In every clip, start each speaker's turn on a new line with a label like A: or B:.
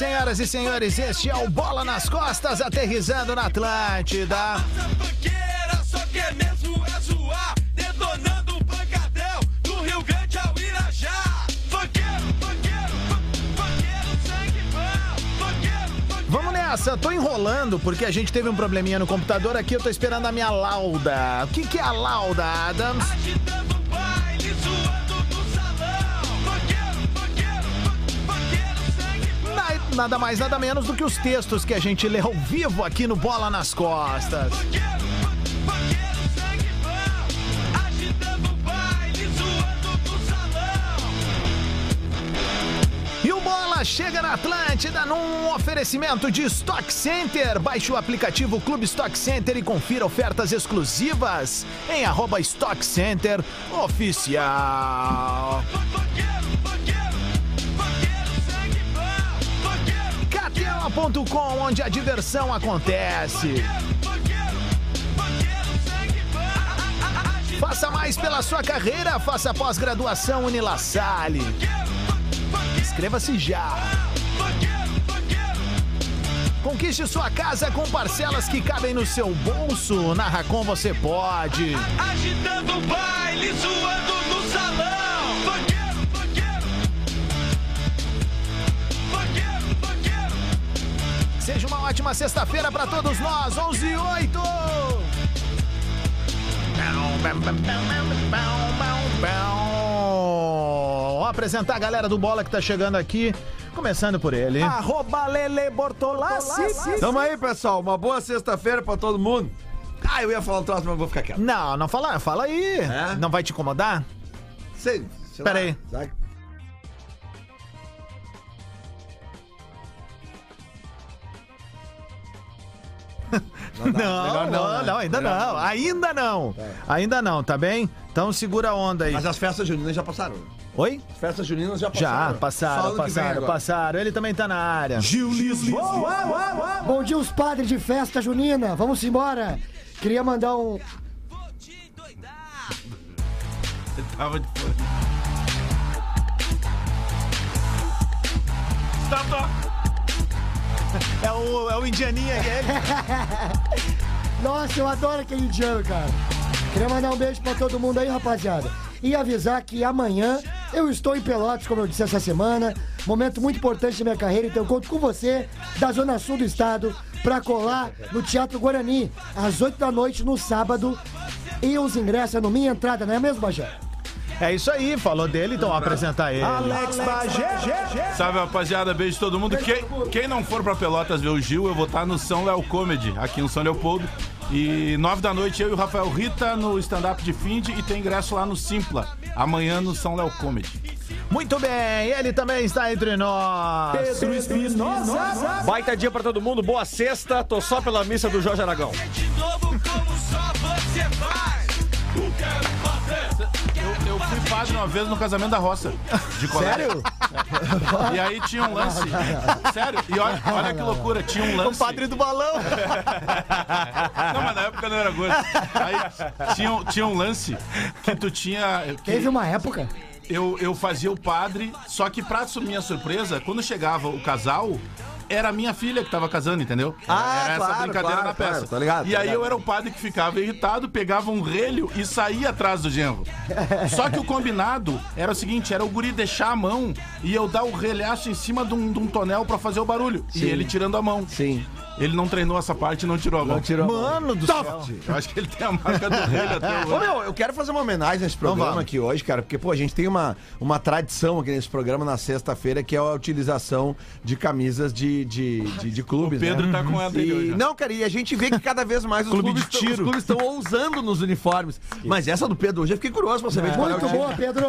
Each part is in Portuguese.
A: é é
B: bem, senhoras e senhores? Este é o Bola nas Costas, aterrizando na Atlântida.
A: é
B: Vamos nessa, tô enrolando porque a gente teve um probleminha no computador aqui, eu tô esperando a minha lauda. O que, que é a lauda, Adams? Na- Nada mais, nada menos do que os textos que a gente lê ao vivo aqui no Bola nas Costas. E o Bola chega na Atlântida num oferecimento de Stock Center. Baixe o aplicativo Clube Stock Center e confira ofertas exclusivas em arroba Stock Center Oficial. KTO.com, onde a diversão acontece. Faça mais pela sua carreira, faça pós-graduação Unilassale. Inscreva-se já. Conquiste sua casa com parcelas que cabem no seu bolso. Na Racon você pode.
A: Agitando o baile, zoando no salão. Banqueiro, banqueiro. Banqueiro, banqueiro.
B: Seja uma ótima sexta-feira para todos nós. 11 e 8. Vou apresentar a galera do Bola que tá chegando aqui. Começando por ele.
C: Arroba Lele Bortolassi.
D: Tamo aí, pessoal. Uma boa sexta-feira pra todo mundo. Ah, eu ia falar um troço, mas vou ficar quieto.
B: Não, não fala, fala aí.
D: É?
B: Não vai te incomodar?
D: Sei, sei
B: Pera
D: lá.
B: aí.
D: Sabe? Não, dá. Melhor
B: não,
D: né?
B: não, ainda
D: Melhor É.
B: não. Ainda não. Ainda não, tá bem? Então segura a onda aí.
D: Mas as festas juninas já passaram. né?
B: Oi?
D: As festas juninas já passaram.
B: Já,
D: Só
B: passaram,
D: ano que vem
B: passaram,
D: agora.
B: passaram. Ele também tá na área.
E: Bom dia, os padres de festa junina. Vamos embora. Queria mandar um.
B: É o, é o indianinha que é.
E: Nossa, eu adoro aquele indiano, cara. Queria mandar um beijo pra todo mundo aí, rapaziada. E avisar que amanhã eu estou em Pelotas, como eu disse essa semana. Momento muito importante da minha carreira, então eu conto com você, da Zona Sul do Estado, pra colar no Teatro Guarani, às 8 da noite, no sábado. E os ingressos é no Minha Entrada, não é mesmo, Bajé?
B: É isso aí, falou dele, então vou apresentar ele.
C: Alex Bagé.
F: Salve, rapaziada. Beijo todo mundo. Quem, quem não for pra Pelotas ver o Gil, eu vou estar no São Léo Comedy, aqui no São Leopoldo. E nove da noite, eu e o Rafael Rita no stand-up de Find e tem ingresso lá no Simpla. Amanhã no São Léo Comedy.
B: Muito bem, ele também está entre nós.
C: Pedro Espinosa.
G: Baita dia pra todo mundo, boa sexta, tô só pela missa do Jorge Aragão.
A: De novo, como só você faz. O quero fazer.
F: Eu, eu fui padre uma vez no casamento da roça. De colégio.
B: Sério?
F: E aí tinha um lance. Sério? E olha, olha que loucura, tinha um
B: O
F: lance.
B: padre do balão.
F: Não, mas na época não era gordo. Aí tinha, um- tinha um lance que tu tinha. que-
E: Teve uma época.
F: eu, eu fazia o padre, só que pra minha surpresa, quando chegava o casal, era a minha filha que tava casando, entendeu?
D: Ah,
F: era essa
D: claro,
F: brincadeira
D: claro,
F: na peça.
D: claro, tô ligado,
F: e
D: tô
F: aí
D: ligado.
F: eu era o padre que ficava irritado, pegava um relho e saía atrás do genro. Só que o combinado era o seguinte, era o guri deixar a mão e eu dar o relhaço em cima de um, de um tonel pra fazer o barulho. E ele tirando a mão.
D: Sim.
F: Ele não treinou essa parte e não tirou a mão.
B: Mano do céu.
F: Eu acho que ele tem a marca do relho
G: Ah,
F: até
D: Ô,
F: hoje.
D: meu, eu quero fazer uma homenagem a esse
G: Então
D: programa
B: vamos.
D: aqui hoje, cara, porque, pô, a gente tem uma, uma tradição aqui nesse programa na sexta-feira, que é a utilização de camisas de, de, de, de clubes,
F: O Pedro
D: né?
F: tá com ela dele hoje,
D: e,
F: ó.
D: Não, cara, e a gente vê que cada vez mais os,
F: Clube de
D: clubes, tão- os
F: tiro.
D: clubes estão ousando nos uniformes. Mas essa do Pedro hoje, eu fiquei curioso pra saber de qual é o
E: Muito
D: time.
E: boa, Pedro.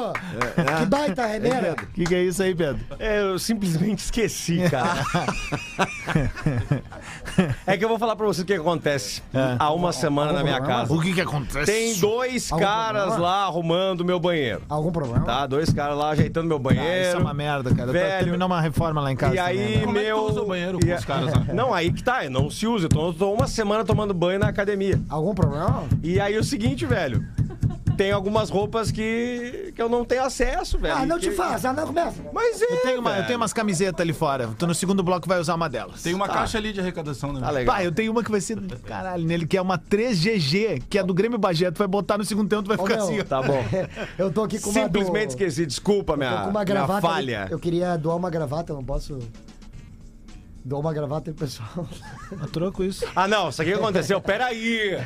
E: Que baita remera.
B: O que, que é isso aí, Pedro?
G: É, Eu simplesmente esqueci, cara. É que eu vou falar pra vocês o que acontece
D: É.
G: há uma semana na minha casa.
B: O que que acontece?
G: Tem dois caras lá arrumando meu banheiro,
E: Algum problema?
G: tá? Dois caras lá ajeitando
E: Tá,
G: meu
B: Ah, isso é
G: banheiro.
B: uma merda, cara. Eu tô
G: Velho.
B: terminando uma reforma lá em casa.
G: E aí,
B: também, né?
F: Como é que tu
G: meu.
F: usa o banheiro
G: e
F: com os caras né? lá?
G: Não, aí que tá, não se usa. Eu tô, tô uma semana tomando banho na academia.
E: Algum problema?
G: E aí é o seguinte, velho. tem algumas roupas que, que eu não tenho acesso, velho.
E: Ah, não
G: que-
E: te faz, ah, não começa.
G: Mas é.
B: Eu tenho, uma, eu
G: velho.
B: tenho umas camisetas ali fora. Tu no segundo bloco vai usar uma delas.
F: Tem uma caixa ali de arrecadação, né?
G: Tá legal.
B: Pá, eu tenho uma que vai ser. Caralho, nele, que é uma 3GG, que é do Grêmio Bagé. Tu vai botar no segundo tempo, tu vai ficar
E: meu,
B: assim. ó.
G: Tá bom.
E: Eu tô aqui com uma. do-
G: Simplesmente esqueci, desculpa
E: Tô
G: minha,
E: com uma gravata.
G: minha falha.
E: Eu, queria doar uma gravata, não posso. Doar uma gravata pro pessoal.
B: A é troco isso.
G: Ah, não, isso aqui que aconteceu. Peraí!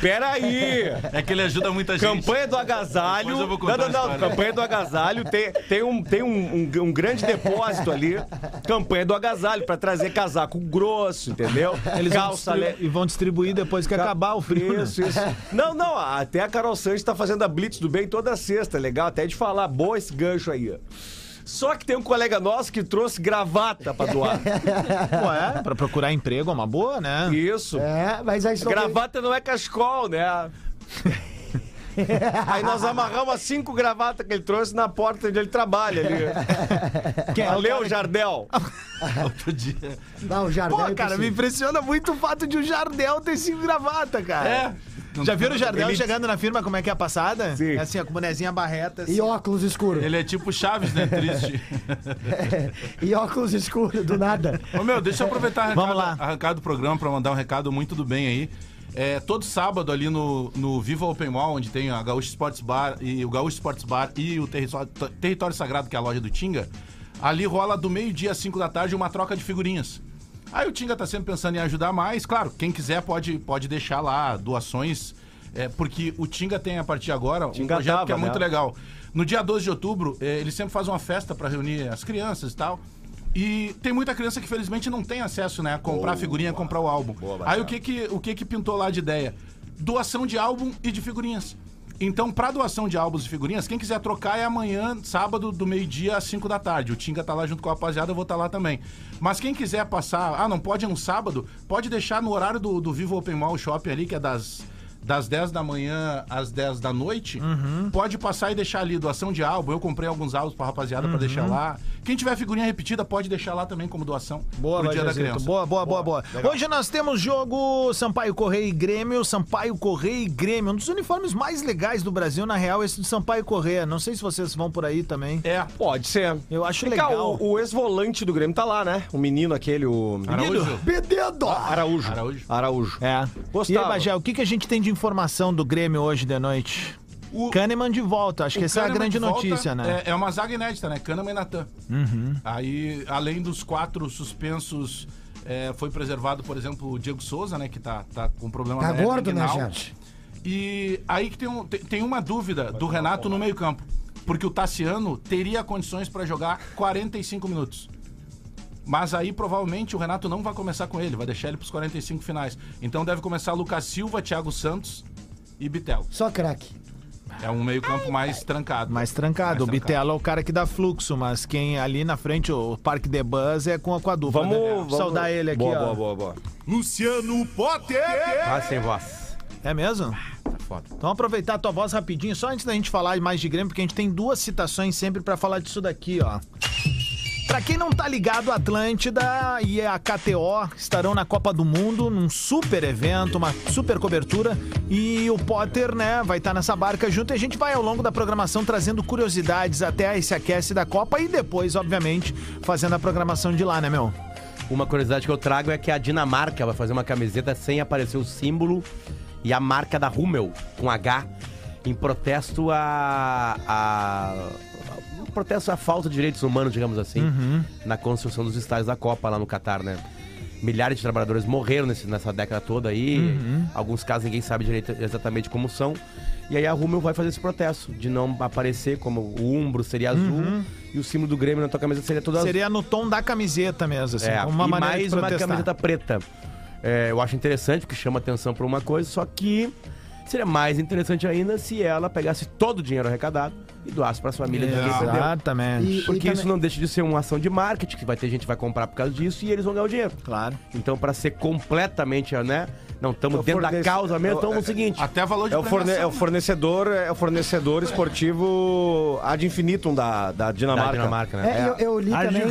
G: Peraí!
F: É que ele ajuda muita gente.
G: Campanha do agasalho.
F: Depois eu vou
G: Não,
F: contar
G: não,
F: a
G: não.
F: história.
G: Campanha do agasalho tem, tem, um, tem um, um- um grande depósito ali. Campanha do agasalho, pra trazer casaco grosso, entendeu?
B: Eles
G: Calça
B: vão distribuir,
G: le...
B: É e vão distribuir depois que acabar o frio. né?
G: Isso, isso. Não, não, até a Carol Sanches tá fazendo a Blitz do Bem toda sexta, legal até de falar. Boa esse gancho aí. Só que tem um colega nosso que trouxe gravata pra doar.
B: Pô, é, pra procurar emprego é uma boa, né?
G: Isso.
E: É, mas aí só.
G: Gravata não é cachecol, né? Aí nós amarramos as cinco gravatas que ele trouxe na porta onde ele trabalha ali. Valeu, Jardel.
F: Outro dia.
E: Não, o um jardim.
B: Pô, cara, me impressiona muito o fato de o Jardel ter cinco gravata, cara.
F: É.
B: Já viram o Jardel
F: Ele-
B: chegando na firma, como é que é a passada?
G: Sim.
B: É assim, ó, com bonezinha barreta. assim.
E: E óculos escuros.
F: Ele é tipo Chaves, né? Triste.
E: E óculos escuros, do nada.
F: Ô meu, deixa eu aproveitar a arrancada,
B: Vamos lá.
F: a arrancada do programa pra mandar um recado muito do bem aí. É, todo sábado ali no, no Viva Open Mall, onde tem a Gaúcho Sports Bar e o Gaúcho Sports Bar e o Território, Território Sagrado, que é a loja do Tinga, ali rola do meio-dia às 5 da tarde uma troca de figurinhas. Aí o Tinga tá sempre pensando em ajudar mais, claro, quem quiser pode, pode deixar lá doações, é, porque o Tinga tem a partir de agora um
G: Tinga
F: projeto que é
G: tava,
F: muito
G: né?
F: legal. No dia 12 de outubro, eh, ele sempre faz uma festa pra reunir as crianças e tal. E tem muita criança que felizmente não tem acesso, né? A comprar a figurinha, comprar o álbum. Aí o que que, o que que pintou lá de ideia? Doação de álbum e de figurinhas. Então, pra doação de álbuns e figurinhas, quem quiser trocar é amanhã, sábado, do meio-dia às 5 da tarde. O Tinga tá lá junto com a rapaziada, eu vou estar lá também. Mas quem quiser passar, ah, não pode é um sábado, pode deixar no horário do, do Vivo Open Mall Shopping ali, que é das das 10 da manhã às 10 da noite, pode passar e deixar ali doação de álbum. Eu comprei alguns álbuns pra rapaziada pra deixar lá. Quem tiver figurinha repetida, pode deixar lá também como doação
B: Boa,
F: pro
B: vai,
F: Dia da
B: Jazito.
F: Criança.
B: Boa, boa, boa, boa. Hoje nós temos jogo Sampaio Correia e Grêmio. Sampaio Correia e Grêmio. Um dos uniformes mais legais do Brasil, na real, é esse do Sampaio Correia. Não sei se vocês vão por aí também.
F: É,
G: Pode ser.
B: Eu acho
G: Vem cá,
B: legal.
G: O, o ex-volante do Grêmio tá lá, né? O menino aquele, o...
F: Araújo.
E: Bededo!
G: Araújo.
F: Araújo.
G: Araújo.
B: É. E aí,
G: Gostava.
B: Bagé, o que, que a gente tem de informação do Grêmio hoje de noite?
F: O-
B: Kahneman de volta. Acho que
F: o
B: essa é a
F: Kahneman
B: grande
F: de volta
B: notícia, né?
F: É, é uma zaga inédita, né? Kahneman e Natan. Aí, além dos quatro suspensos, é, foi preservado, por exemplo, o Diego Souza, né? Que tá, tá com problema
E: Tá
F: na hernia
E: gordo, né,
F: inguinal.
E: gente?
F: E aí que tem, um- tem- tem uma dúvida do Renato no meio-campo. Porque o Tassiano teria condições para jogar 45 minutos. Mas aí provavelmente o Renato não vai começar com ele, vai deixar ele pros 45 finais. Então deve começar Lucas Silva, Thiago Santos e Bitel.
E: Só craque.
F: É um meio-campo é- mais trancado.
B: Mais trancado. o
F: Mais trancado.
B: Bitelo é o cara que dá fluxo, mas quem ali na frente, o Parque de Buzz, é com a, com a dupla.
G: Vamos,
B: né?
G: vamos...
B: saudar ele aqui,
G: boa,
B: ó.
G: Boa, boa, boa.
A: Luciano Potter.
G: Ah, sem voz.
B: É mesmo?
H: Ah, tá
B: Então vamos aproveitar a tua voz rapidinho, só antes da gente falar mais de Grêmio, porque a gente tem duas citações sempre pra falar disso daqui, ó. Pra quem não tá ligado, Atlântida e a KTO estarão na Copa do Mundo, num super evento, uma super cobertura. E o Potter, né, vai estar nessa barca junto e a gente vai ao longo da programação trazendo curiosidades até esse aquece da Copa e depois, obviamente, fazendo a programação de lá, né, meu?
H: Uma curiosidade que eu trago é que a Dinamarca vai fazer uma camiseta sem aparecer o símbolo e a marca da Hummel, com H, em protesto a. a um protesto à falta de direitos humanos, digamos assim, na construção dos estádios da Copa lá no Catar, né? Milhares de trabalhadores morreram nesse- nessa década toda aí. Alguns casos ninguém sabe direito exatamente como são. E aí a Hummel vai fazer esse protesto de não aparecer como o umbro seria azul e o símbolo do Grêmio na tua camiseta seria todo azul.
B: Seria no tom da camiseta mesmo, assim,
H: É,
B: uma
H: e
B: maneira
H: mais
B: de
H: uma
B: protestar.
H: camiseta preta. É, eu acho interessante, porque chama atenção pra uma coisa, só que seria mais interessante ainda se ela pegasse todo o dinheiro arrecadado e doasse para as famílias de quem perdeu.
B: Exatamente.
E: E,
H: Porque
E: e
H: isso não deixa de ser uma ação de marketing, que vai ter gente que vai comprar por causa disso e eles vão ganhar o dinheiro.
B: Claro.
H: Então, para ser completamente, né? Não estamos
G: Eu
H: dentro da
G: fornece-
H: causa mesmo, então é o seguinte.
F: Até valor de
G: É o, forne-
F: premiação,
G: é o fornecedor, é o fornecedor esportivo ad infinitum da, da Dinamarca.
H: Da Dinamarca, né?
E: também- É, eu, eu li também.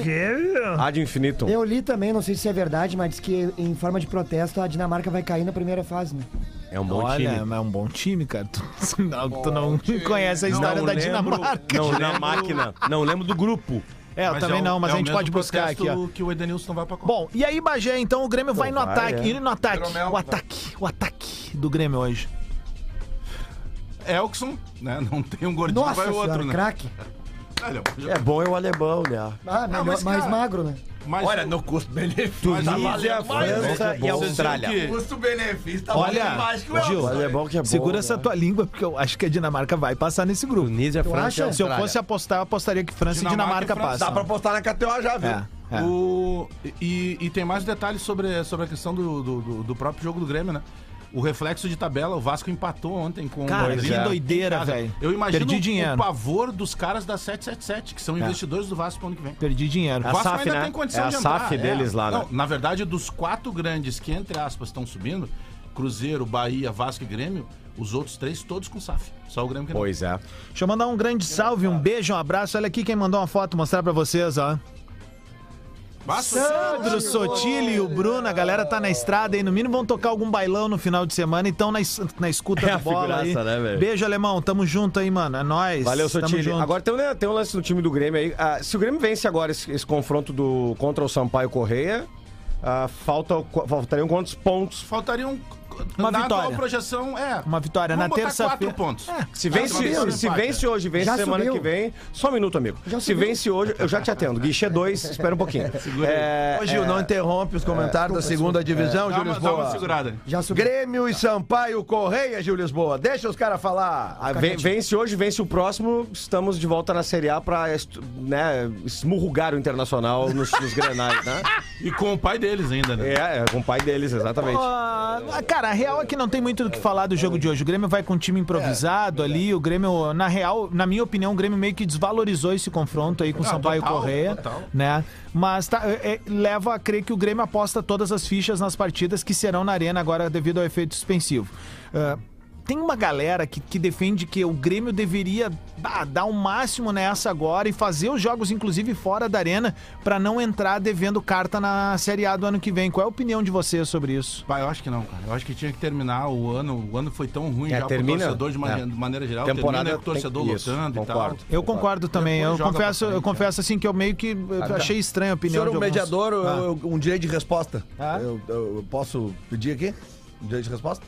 G: Ad infinitum.
E: Eu li também, não sei se é verdade, mas diz que em forma de protesto a Dinamarca vai cair na primeira fase, né?
H: É um bom
B: Olha,
H: time.
B: mas é um bom time, cara. Tu, sinal que tu não conhece a história
F: Não
B: da
F: lembro.
B: Dinamarca.
H: Não, na máquina. Não lembro do grupo.
B: É, eu também
F: é o-
B: não, mas
F: é
B: a
F: o
B: gente
F: mesmo
B: pode buscar aqui,
F: protesto
B: ó.
F: que o Edenilson vai pra Copa.
B: Bom, e aí, Bagé, então o Grêmio vai no
G: vai,
B: ataque.
G: é.
B: E no ataque.
F: Jeromel
B: O
F: vai.
B: ataque. O ataque do Grêmio hoje.
F: Elkson, né? Não tem um gordinho,
E: Nossa
F: vai o
E: senhora,
F: outro, né?
E: craque.
F: Olha,
G: É bom é o alemão, né?
E: Ah, melhor,
F: mas,
E: mais
F: cara,
E: magro, né?
F: mas
I: Olha,
F: o-
I: no custo-benefício.
F: mas
I: tá
F: o-
I: valendo
F: a
I: mais, né?
H: França e a
F: Vocês viram
H: Austrália.
F: que-
I: Custo-benefício tá
B: Olha,
I: valendo mais que o
B: Gil,
I: Elton.
G: O alemão que é bom.
B: Segura essa tua língua, porque eu acho que a Dinamarca vai passar nesse grupo.
H: Tunísia, França e
E: acha?
B: Se eu
H: Austrália.
B: fosse apostar, eu apostaria que França
F: Dinamarca
B: e
F: e
B: Dinamarca
F: França.
I: Dá pra
B: passam.
I: postar na KTO já, viu?
B: É, é.
F: O, e, e tem mais detalhes sobre, sobre a questão do, do, do- do próprio jogo do Grêmio, né? O reflexo de tabela, o Vasco empatou ontem com
B: Cara,
F: o
B: que
F: Brasília.
B: doideira,
F: Em casa.
B: velho.
F: Eu imagino
B: Perdi
F: o-
B: dinheiro. É.
F: o pavor dos caras da 777, que são investidores do Vasco pro ano que vem.
B: Perdi dinheiro.
G: A
F: O Vasco
G: SAF,
F: ainda
G: né?
F: tem condição
G: É a
F: de entrar.
G: SAF deles lá, né?
F: Não, na verdade, dos quatro grandes que, entre aspas, estão subindo, Cruzeiro, Bahia, Vasco e Grêmio, os outros três todos com SAF. Só o Grêmio que não.
G: Pois é.
B: Deixa eu mandar um grande salve, um beijo, um abraço. Olha aqui quem mandou uma foto mostrar pra vocês, ó.
F: Vasco,
B: Sandro Sotile e o Bruno, a galera tá na estrada aí. No mínimo vão tocar algum bailão no final de semana, então na, es- na escuta
H: É
B: do
H: a
B: bola aí.
H: figuraça, né, velho?
B: Beijo, alemão. Tamo junto aí, mano. É nóis.
G: Valeu,
B: Tamo
G: Sotile.
B: junto.
G: Agora tem, um- tem um lance do time do Grêmio aí. Ah, se o Grêmio vence agora esse, esse confronto do, contra o Sampaio Correia, ah, falta, o- faltariam quantos pontos?
F: faltariam
B: Uma
F: na atual
B: vitória.
F: um projeção, é.
B: Uma vitória
F: Vamos
B: na
F: botar
B: terça-feira. É.
F: quatro pontos.
G: Se
F: Tá,
G: vence, né?
F: subiu,
G: se
F: empate.
G: vence hoje, vence
E: Já
G: semana
E: subiu.
G: que vem. Só um minuto, amigo.
E: Já
G: se
E: subiu.
G: vence hoje, eu já te atendo. Guichê 2, espera um pouquinho. É,
D: Ô, Gil, não interrompe os comentários da segunda divisão,
F: Dá
D: Gil
F: uma, dá uma
D: Lisboa.
F: segurada.
E: Já subiu.
D: Grêmio e Sampaio Correia, Gil Lisboa. Deixa os caras falar.
G: Ah, ven- Vence hoje, vence o próximo. Estamos de volta na Série A pra est- né, esmurrugar o Internacional nos, nos grenais, né?
F: E com o pai deles ainda, né?
G: É, é, com o pai deles, exatamente.
B: Ah, cara, a real é que não tem muito do que falar do jogo de hoje. O Grêmio vai com um time improvisado
F: É,
B: ali. O Grêmio, na real, na minha opinião, o Grêmio meio que desvalorizou esse confronto aí com o
F: Ah,
B: Sampaio
F: total,
B: Correia,
F: total.
B: né? Mas tá- é- é- leva a crer que o Grêmio aposta todas as fichas nas partidas que serão na arena agora devido ao efeito suspensivo. Ah, tem uma galera que, que defende que o Grêmio deveria ah, dar o máximo nessa agora e fazer os jogos, inclusive fora da arena, pra não entrar devendo carta na Série A do ano que vem. Qual é a opinião de vocês sobre isso?
F: Pai, eu acho que não, cara. Eu acho que tinha que terminar o ano. O ano foi tão ruim
G: É,
F: já
G: termina-
F: pro torcedor de mane-
G: é.
F: de maneira geral.
G: Temporada
F: termina com o torcedor
G: tem- isso,
F: lotando e tal.
G: concordo.
B: Eu concordo também.
F: Depois
B: eu
F: joga
B: confesso,
F: pra frente,
B: eu confesso assim que eu meio que eu achei estranha a
D: é. O
B: opinião
D: senhor
B: de
D: é um
B: alguns.
D: mediador, eu-
B: Ah.
D: eu- um direito de resposta.
B: Ah.
D: Eu, eu- eu posso pedir aqui? Um direito de resposta?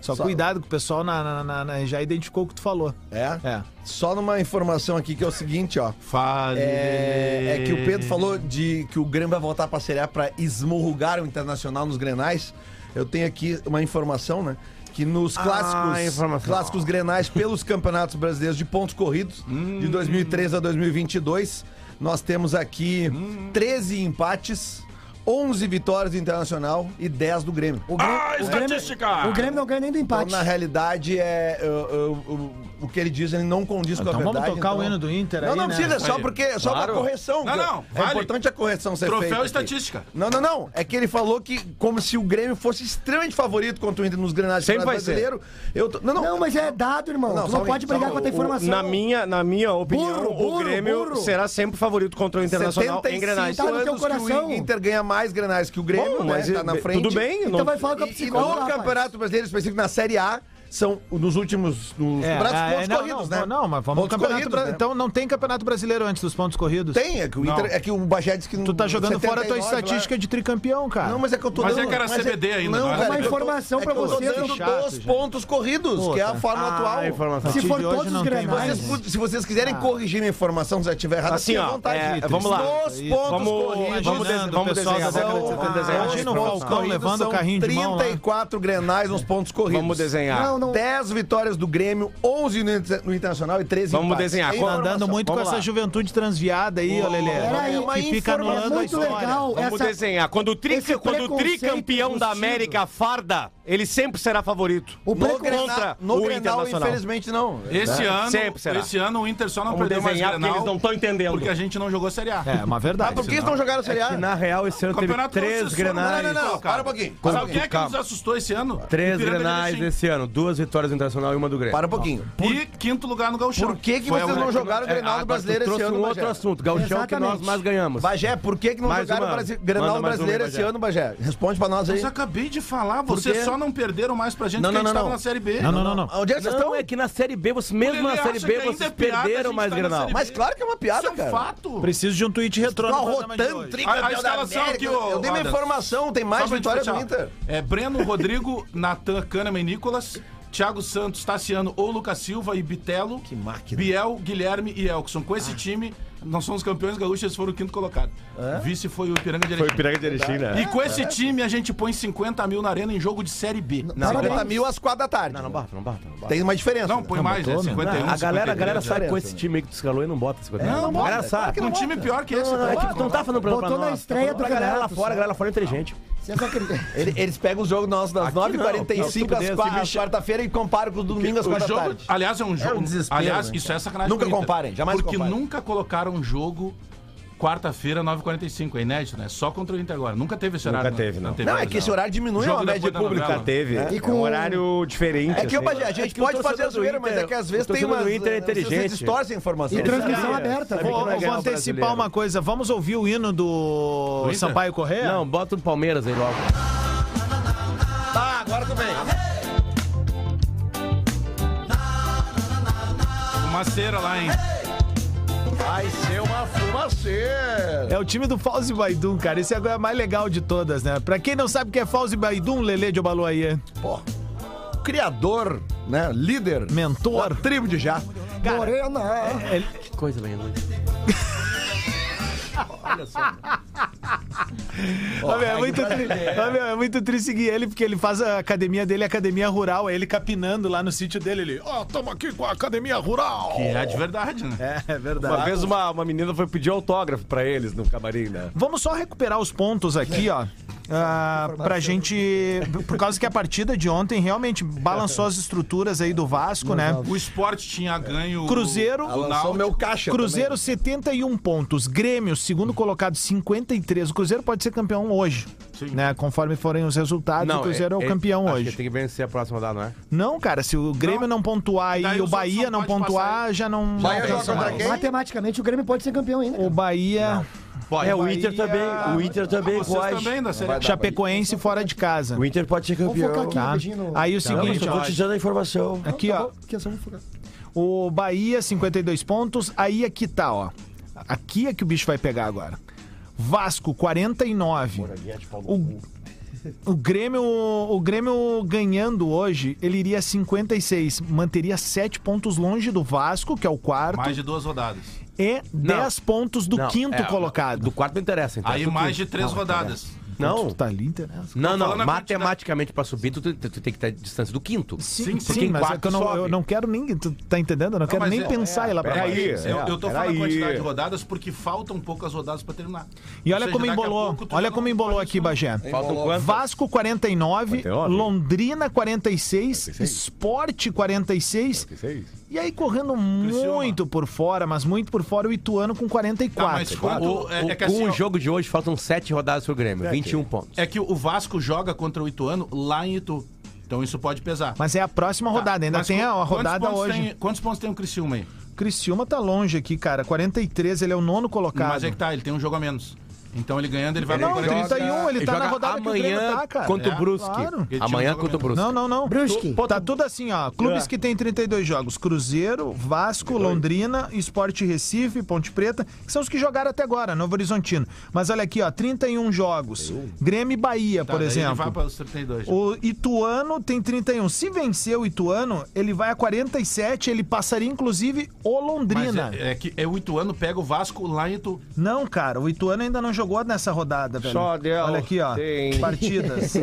B: Só,
D: Só-
B: cuidado que o pessoal na- na- na- na- já identificou o que tu falou.
D: É?
B: É.
D: Só numa informação aqui que é o seguinte, ó.
F: Fale.
D: É, é que o Pedro falou de que o Grêmio vai voltar pra Série A pra esmurrugar o Internacional nos Grenais. Eu tenho aqui uma informação, né? Que nos
B: Ah,
D: clássicos, clássicos Grenais pelos Campeonatos Brasileiros de Pontos Corridos,
B: Hum.
D: de 2013 a 2022, nós temos aqui
B: Hum.
D: 13 empates, 11 vitórias do Internacional e 10 do Grêmio.
E: O Grêmio, o,
A: tá
E: Grêmio, o Grêmio não ganha nem do
D: Então,
E: empate.
D: na realidade, é, eu- eu- eu- o que ele diz, ele não condiz com a
B: Então
D: verdade.
B: vamos tocar
D: então-
B: o hino do Inter
D: não,
B: aí,
D: não
B: né?
D: precisa, é só
F: Aí.
D: porque é só
G: Claro.
D: pra correção.
F: Não,
D: que eu-
F: não,
D: É
F: vale.
D: importante a correção ser
F: Troféu
D: feita. aqui.
F: estatística.
D: Não, não, não. É que ele falou que como se o Grêmio fosse extremamente favorito contra o Inter nos granados
G: Sempre vai
D: brasileiro. Eu tô- não, não.
E: Não, mas é dado, irmão.
D: Não,
E: tu
D: só
E: não
D: um
E: pode
D: minuto,
E: brigar
D: só
E: com a tua
D: um-
E: informação.
G: Na minha, na minha opinião,
E: Ah, Burro, burro,
G: o Grêmio
E: burro.
G: será sempre favorito contra o Internacional em
D: 75
G: Grenais.
E: Tá no teu
D: anos
E: coração.
D: que o Inter ganha mais granais que o Grêmio,
G: Bom,
D: né?
G: mas
D: tá na
G: tudo
D: frente.
G: bem,
E: Então
G: não-
E: vai falar com a
D: E, e no
E: psicóloga, rapaz.
D: Campeonato Brasileiro, específico na Série A, são nos últimos nos
B: É,
D: campeonatos
B: é,
D: pontos
B: não,
D: corridos,
B: não,
D: né?
B: Não, mas vamos
D: Pontos
B: campeonato
D: corridos,
B: bra-
D: né?
B: Então não tem campeonato brasileiro antes dos pontos corridos.
D: Tem, é que o, Inter, é que o Bagé disse que
B: Tu tá jogando fora a tua
D: estatística
B: estatística de tricampeão, cara.
D: Não, mas é que eu tô
F: Mas é
D: dando...
F: que era CBD ainda,
D: Não,
F: não era
D: cara,
E: CBD.
D: eu tô-
E: Informação
D: é que
E: pra
D: eu tô dando
E: vocês,
B: é chato,
D: dos
B: já.
D: pontos corridos,
B: Pô,
D: que é
B: tá.
D: a forma
H: Ah,
D: atual.
H: informação.
E: Se
B: partir
E: for
B: de hoje
E: todos os
B: não tem mais.
E: grenais.
D: Vocês, pu- se vocês quiserem corrigir minha informação se eu estiver errado,
G: Assim,
D: fiquem à
G: ó,
D: vontade.
G: é, vamos lá.
D: Nos
G: Isso.
D: pontos
G: Vamos-
D: corridos.
G: vamos des-
B: Imaginando,
G: vamos
B: o pessoal
G: desenhar,
B: da década de
G: vamos-
B: 70 tá desenhar.
G: vamos
B: Imagina o
G: desenhar.
B: Falcão levando o carrinho de mão né? lá.
D: 34 grenais nos pontos corridos.
G: Vamos desenhar.
E: Não, não.
D: 10 vitórias do Grêmio, 11 no, inter- no Internacional e 13
G: Vamos
D: empates.
G: desenhar.
D: É
G: Qual-
D: informação.
B: Andando muito
G: Vamos
B: com
G: lá.
B: essa juventude transviada aí, ô Lelê.
E: Peraí,
D: uma
B: que fica
D: informação
B: anulando
E: É
B: a
E: muito
B: história.
E: legal
G: Vamos
E: essa...
G: desenhar. Quando o, tri,
E: esse
G: quando o
E: preconceito
G: tricampeão da
E: impossível.
G: América farda, ele sempre será favorito.
E: O
D: No,
E: preconceito...
D: Grenal-
G: contra
D: no
G: o
D: Grenal,
G: Internacional.
D: infelizmente, não.
F: Esse ano,
G: Sempre será.
F: esse ano o Inter só não
G: Vamos
F: perdeu mais
G: desenhar porque
F: Grenal
G: eles não estão entendendo.
F: porque a gente não jogou Série A.
B: É, uma verdade.
D: Ah, por que eles não jogaram a Série
I: E
D: A?
I: na real, esse ano teve
F: Campeonato
I: três
F: Concessor-
I: grenais.
D: Não, não, não,
F: cara.
D: para um pouquinho.
F: Sabe quem é que nos assustou esse ano?
I: Três
F: Ipiranga de
I: grenais
F: Erechim.
I: esse ano, duas
H: duas vitórias do Internacional e uma do Grêmio.
D: Para um pouquinho.
F: E quinto lugar no Gauchão.
D: Por que, que
F: Foi
D: vocês
F: a
D: não
F: única-
D: jogaram o Grenal do
H: É, agora tu
D: Brasileiro esse
H: trouxe
D: ano,
H: um
D: Bagé?
H: outro assunto. Gauchão que nós
E: Exatamente.
H: mais ganhamos.
D: Bagé, por que, que não
H: Mais
D: jogaram o
H: uma.
D: Brasi- Grenal do
H: Manda mais
D: Brasileiro
H: uma,
D: esse
H: Bagé.
D: ano, Bagé? Responde pra nós aí.
F: Mas eu acabei de falar,
D: quê?
F: vocês só não perderam mais pra gente
D: Não,
F: porque
D: não,
F: a gente
D: não,
F: tava
D: não.
F: na Série B.
B: Não, não, não, não.
D: Onde é que vocês
H: Não,
D: estão?
H: é que na Série B, vocês, mesmo
F: Ele
H: na
F: acha
H: Série
F: que
H: B,
F: ainda é
H: vocês
F: piada, a
H: perderam
F: gente
H: mais
F: tá na
H: Grenal.
F: Série B.
D: Mas claro que é uma
F: Isso
D: piada,
F: é um
D: cara.
F: fato.
B: Preciso de um tweet retrô
D: Tá
B: no programa de
D: rotando
B: hoje.
D: tricampeão
F: A- a
D: da
F: escalação
D: América.
F: aqui, ô,
D: Eu dei minha
F: Adams.
D: informação, tem
F: Só
D: mais
F: pra gente
D: vitória do
F: fechar.
D: Inter.
F: É Breno, Rodrigo, Natan, Kahneman e Nicolas. Thiago Santos, Tassiano ou Lucas Silva e Bitelo. Que
D: máquina.
F: Biel, Guilherme e Elkson. Com
H: Ah.
F: esse time, nós somos campeões gaúchos, eles foram o quinto colocado. O vice foi o Ipiranga de
I: Foi
F: Erechim.
I: o Piranga de Erechim, né?
F: E com
H: É.
F: esse time, a gente põe 50 mil na arena em jogo de Série B. Não,
D: 50 mil às quatro da tarde.
H: Não, não bota, não bota, não bota.
D: Tem uma diferença. né?
F: põe mais, né?
B: botou, né?
F: 51,
H: a galera, a
F: 52,
H: galera
F: né?
H: sai com esse time aí que tu escalou e não bota 50
F: É, Não, não
H: A
F: bota,
H: galera sai.
F: Um time pior que esse.
H: É que tu não tá falando pra
E: Botou
H: pra
E: na
H: nós.
E: estreia
H: Tá
E: do
H: falando pra galera lá
E: campeonato,
H: fora, a
E: só.
H: galera lá fora é inteligente.
E: Vocês acreditam?
D: Ele- é Eles pegam os jogos nossos das
H: Aqui não,
D: 9h45
H: tá
D: às
H: estupidez,
D: qua-
H: time
D: às quarta-feira e comparam com os domingos às
F: O
D: quatro da
F: jogo,
D: tarde.
F: aliás, é um jogo.
D: desespero,
F: aliás,
D: né,
F: isso é sacanagem.
D: Nunca
F: com o Inter,
D: comparem, jamais
F: Porque
D: comparem.
F: nunca colocaram um jogo quarta-feira, 9h45. É inédito, né? Só contra o Inter agora. Nunca teve esse horário.
I: teve, não.
D: Não, é que esse horário diminui
F: Jogo
D: a
F: da
D: média
F: Copa da
D: pública.
F: Novela.
I: Teve.
E: E
I: É
E: com-
I: um horário diferente.
D: É que,
I: assim.
D: Bagé, a gente
H: É que o
D: pode
H: torcedor
D: fazer a
H: do
D: zoeira,
H: Inter-
D: mas é que às vezes
H: o
D: tem
H: torcedor
D: umas...
H: do Inter é
D: eh, vocês
H: inteligente.
D: distorcem a informação.
E: E transmissão aberta.
I: sabe
E: Vou-
I: que
B: Vou,
I: não é
B: vou
I: Grenal
B: antecipar
I: brasileiro.
B: uma coisa. Vamos ouvir o hino do,
F: Inter?
B: Sampaio Correia?
H: Não, bota o Palmeiras aí logo.
D: Tá, agora também.
F: Uma cera lá, hein?
D: Vai ser é uma fumaceira.
B: É o time do Fauzi Baidum, cara. Esse é a coisa mais legal de todas, né? Pra quem não sabe o que é Fauzi Baidum, Lele de é Obaluaie.
D: Pô, criador, né? Líder.
B: Mentor.
D: Da tribo de já.
E: Morena.
H: Que coisa bem ruim.
B: Ó, meu, é, muito tri... Ó, meu, é muito triste seguir ele, porque ele faz a academia dele, a academia rural. É ele capinando lá no sítio dele. Ele, ó, tamo aqui com a academia rural.
F: Que é de verdade, né?
B: É, é verdade.
G: Uma vez uma, uma menina foi pedir autógrafo pra eles no camarim, né?
B: Vamos só recuperar os pontos aqui, ó. ah, pra gente. Por causa que a partida de ontem realmente balançou as estruturas aí do Vasco, né?
F: O esporte
D: É.
F: tinha ganho.
B: Cruzeiro.
F: o
D: Lançou
F: Náutico.
D: meu caixa
B: Cruzeiro 71 pontos, Grêmio segundo colocado 53. O Cruzeiro pode ser campeão hoje,
F: Sim.
B: né? Conforme forem os resultados, o Cruzeiro é, o campeão
H: acho
B: hoje.
H: que tem que vencer a próxima rodada, não é?
B: Não, cara, se o Grêmio não, pontuar
F: Daí
B: e o
F: os
B: Bahia
F: outros
B: não
F: não pode
B: pontuar, já não.
D: Bahia
B: não
D: joga
B: pensa
D: contra
B: mais.
D: quem?
E: Matematicamente, o Grêmio pode ser campeão ainda.
B: O Bahia,
H: Bom, é, o Inter
B: Bahia-
H: também, o Inter também
F: Vocês
H: pode.
F: também da série.
D: Vai dar,
B: Chapecoense fora de casa.
H: O Inter pode ser
E: Vamos focar
H: campeão.
E: aqui
B: Tá?
E: rapidinho no...
B: Aí o
H: Não, mas
B: seguinte, É,
H: eu tô
B: ó,
H: te dando a informação.
B: aqui ó,
E: Porque só vamos focar.
B: o Bahia 52 pontos, aí aqui tá, ó. Aqui é que o bicho vai pegar agora. Vasco 49. O, o Grêmio, o Grêmio ganhando hoje, ele iria 56, manteria 7 pontos longe do Vasco, que é o quarto,
F: Mais de duas rodadas.
B: e 10 pontos do
H: Não,
B: quinto
H: é,
B: colocado.
H: Do quarto não interessa, então.
F: Aí
H: Tu-
F: mais de três rodadas.
H: Não,
B: Tá ali, interessa.
H: não, não.
F: falando a
H: Matematicamente, pra subir, tu, tu- tu tem que estar distância do quinto.
B: Sim, sim,
H: em
B: mas é
H: quarto
B: que eu não,
H: sobe.
B: eu não quero nem. Tu tá entendendo? Eu não quero
F: mas
B: nem
F: é-
B: pensar em ir lá pra baixo.
I: Peraí.
F: Eu, eu tô
I: é,
F: falando
I: peraí.
F: quantidade de rodadas porque faltam poucas rodadas pra terminar.
B: E
F: Ou
B: olha
F: seja,
B: como
F: daqui a
B: embolou.
F: pouco é tu
B: Olha
F: já
B: como
F: não
B: embolou
F: pode
B: aqui, Bagé.
G: um
H: Faltam quanto?
B: Vasco 49,
I: 49.
B: Londrina 46, Sport 46. E aí correndo muito por fora, mas muito por fora o Ituano com
F: Tá, mas
B: 44.
F: quanto- é, é que
H: com
F: assim,
H: o
F: ó,
H: jogo de hoje, faltam sete rodadas pro Grêmio. 21 pontos.
F: é que o Vasco joga contra o Ituano lá em Itu. Então isso pode pesar.
B: Mas é a próxima rodada, ainda
F: Tá, Mas
B: tem a
F: qu-
B: a
F: quantos
B: rodada
F: pontos
B: hoje.
F: tem- quantos pontos tem o Criciúma aí?
B: Criciúma tá longe aqui, cara. 43, ele é o nono colocado.
F: Mas é que tá, ele tem um jogo a menos. Então ele ganhando, ele vai
B: Não,
F: pra
B: 31, ele tá
H: joga
B: na rodada que o
H: amanhã
B: Grêmio tá, cara.
H: contra o
F: É,
H: Brusque.
B: claro.
F: Ele tinha
H: Amanhã
F: um
H: contra o
F: jogo
H: Brusque.
B: Não, não, não.
E: Brusque.
B: Tá tudo assim, ó.
F: É.
B: Clubes que tem 32 jogos: Cruzeiro, Vasco, Londrina, Esporte Recife, Ponte Preta, que são os que jogaram até agora, Novo Horizontino. Mas olha aqui, ó, 31 jogos. Grêmio e Bahia,
F: Tá,
B: por
F: daí Ele
B: exemplo.
F: vai pra 32.
B: O Ituano tem 31. Se vencer o Ituano, ele vai a 47, ele passaria inclusive o
F: Mas
B: Londrina.
F: é, é que é o Ituano pega o Vasco lá em Itu.
B: Não, cara, o Ituano ainda não jogou nessa rodada, velho.
I: Só Deus
B: Olha aqui, ó.
I: tem.
B: Partidas.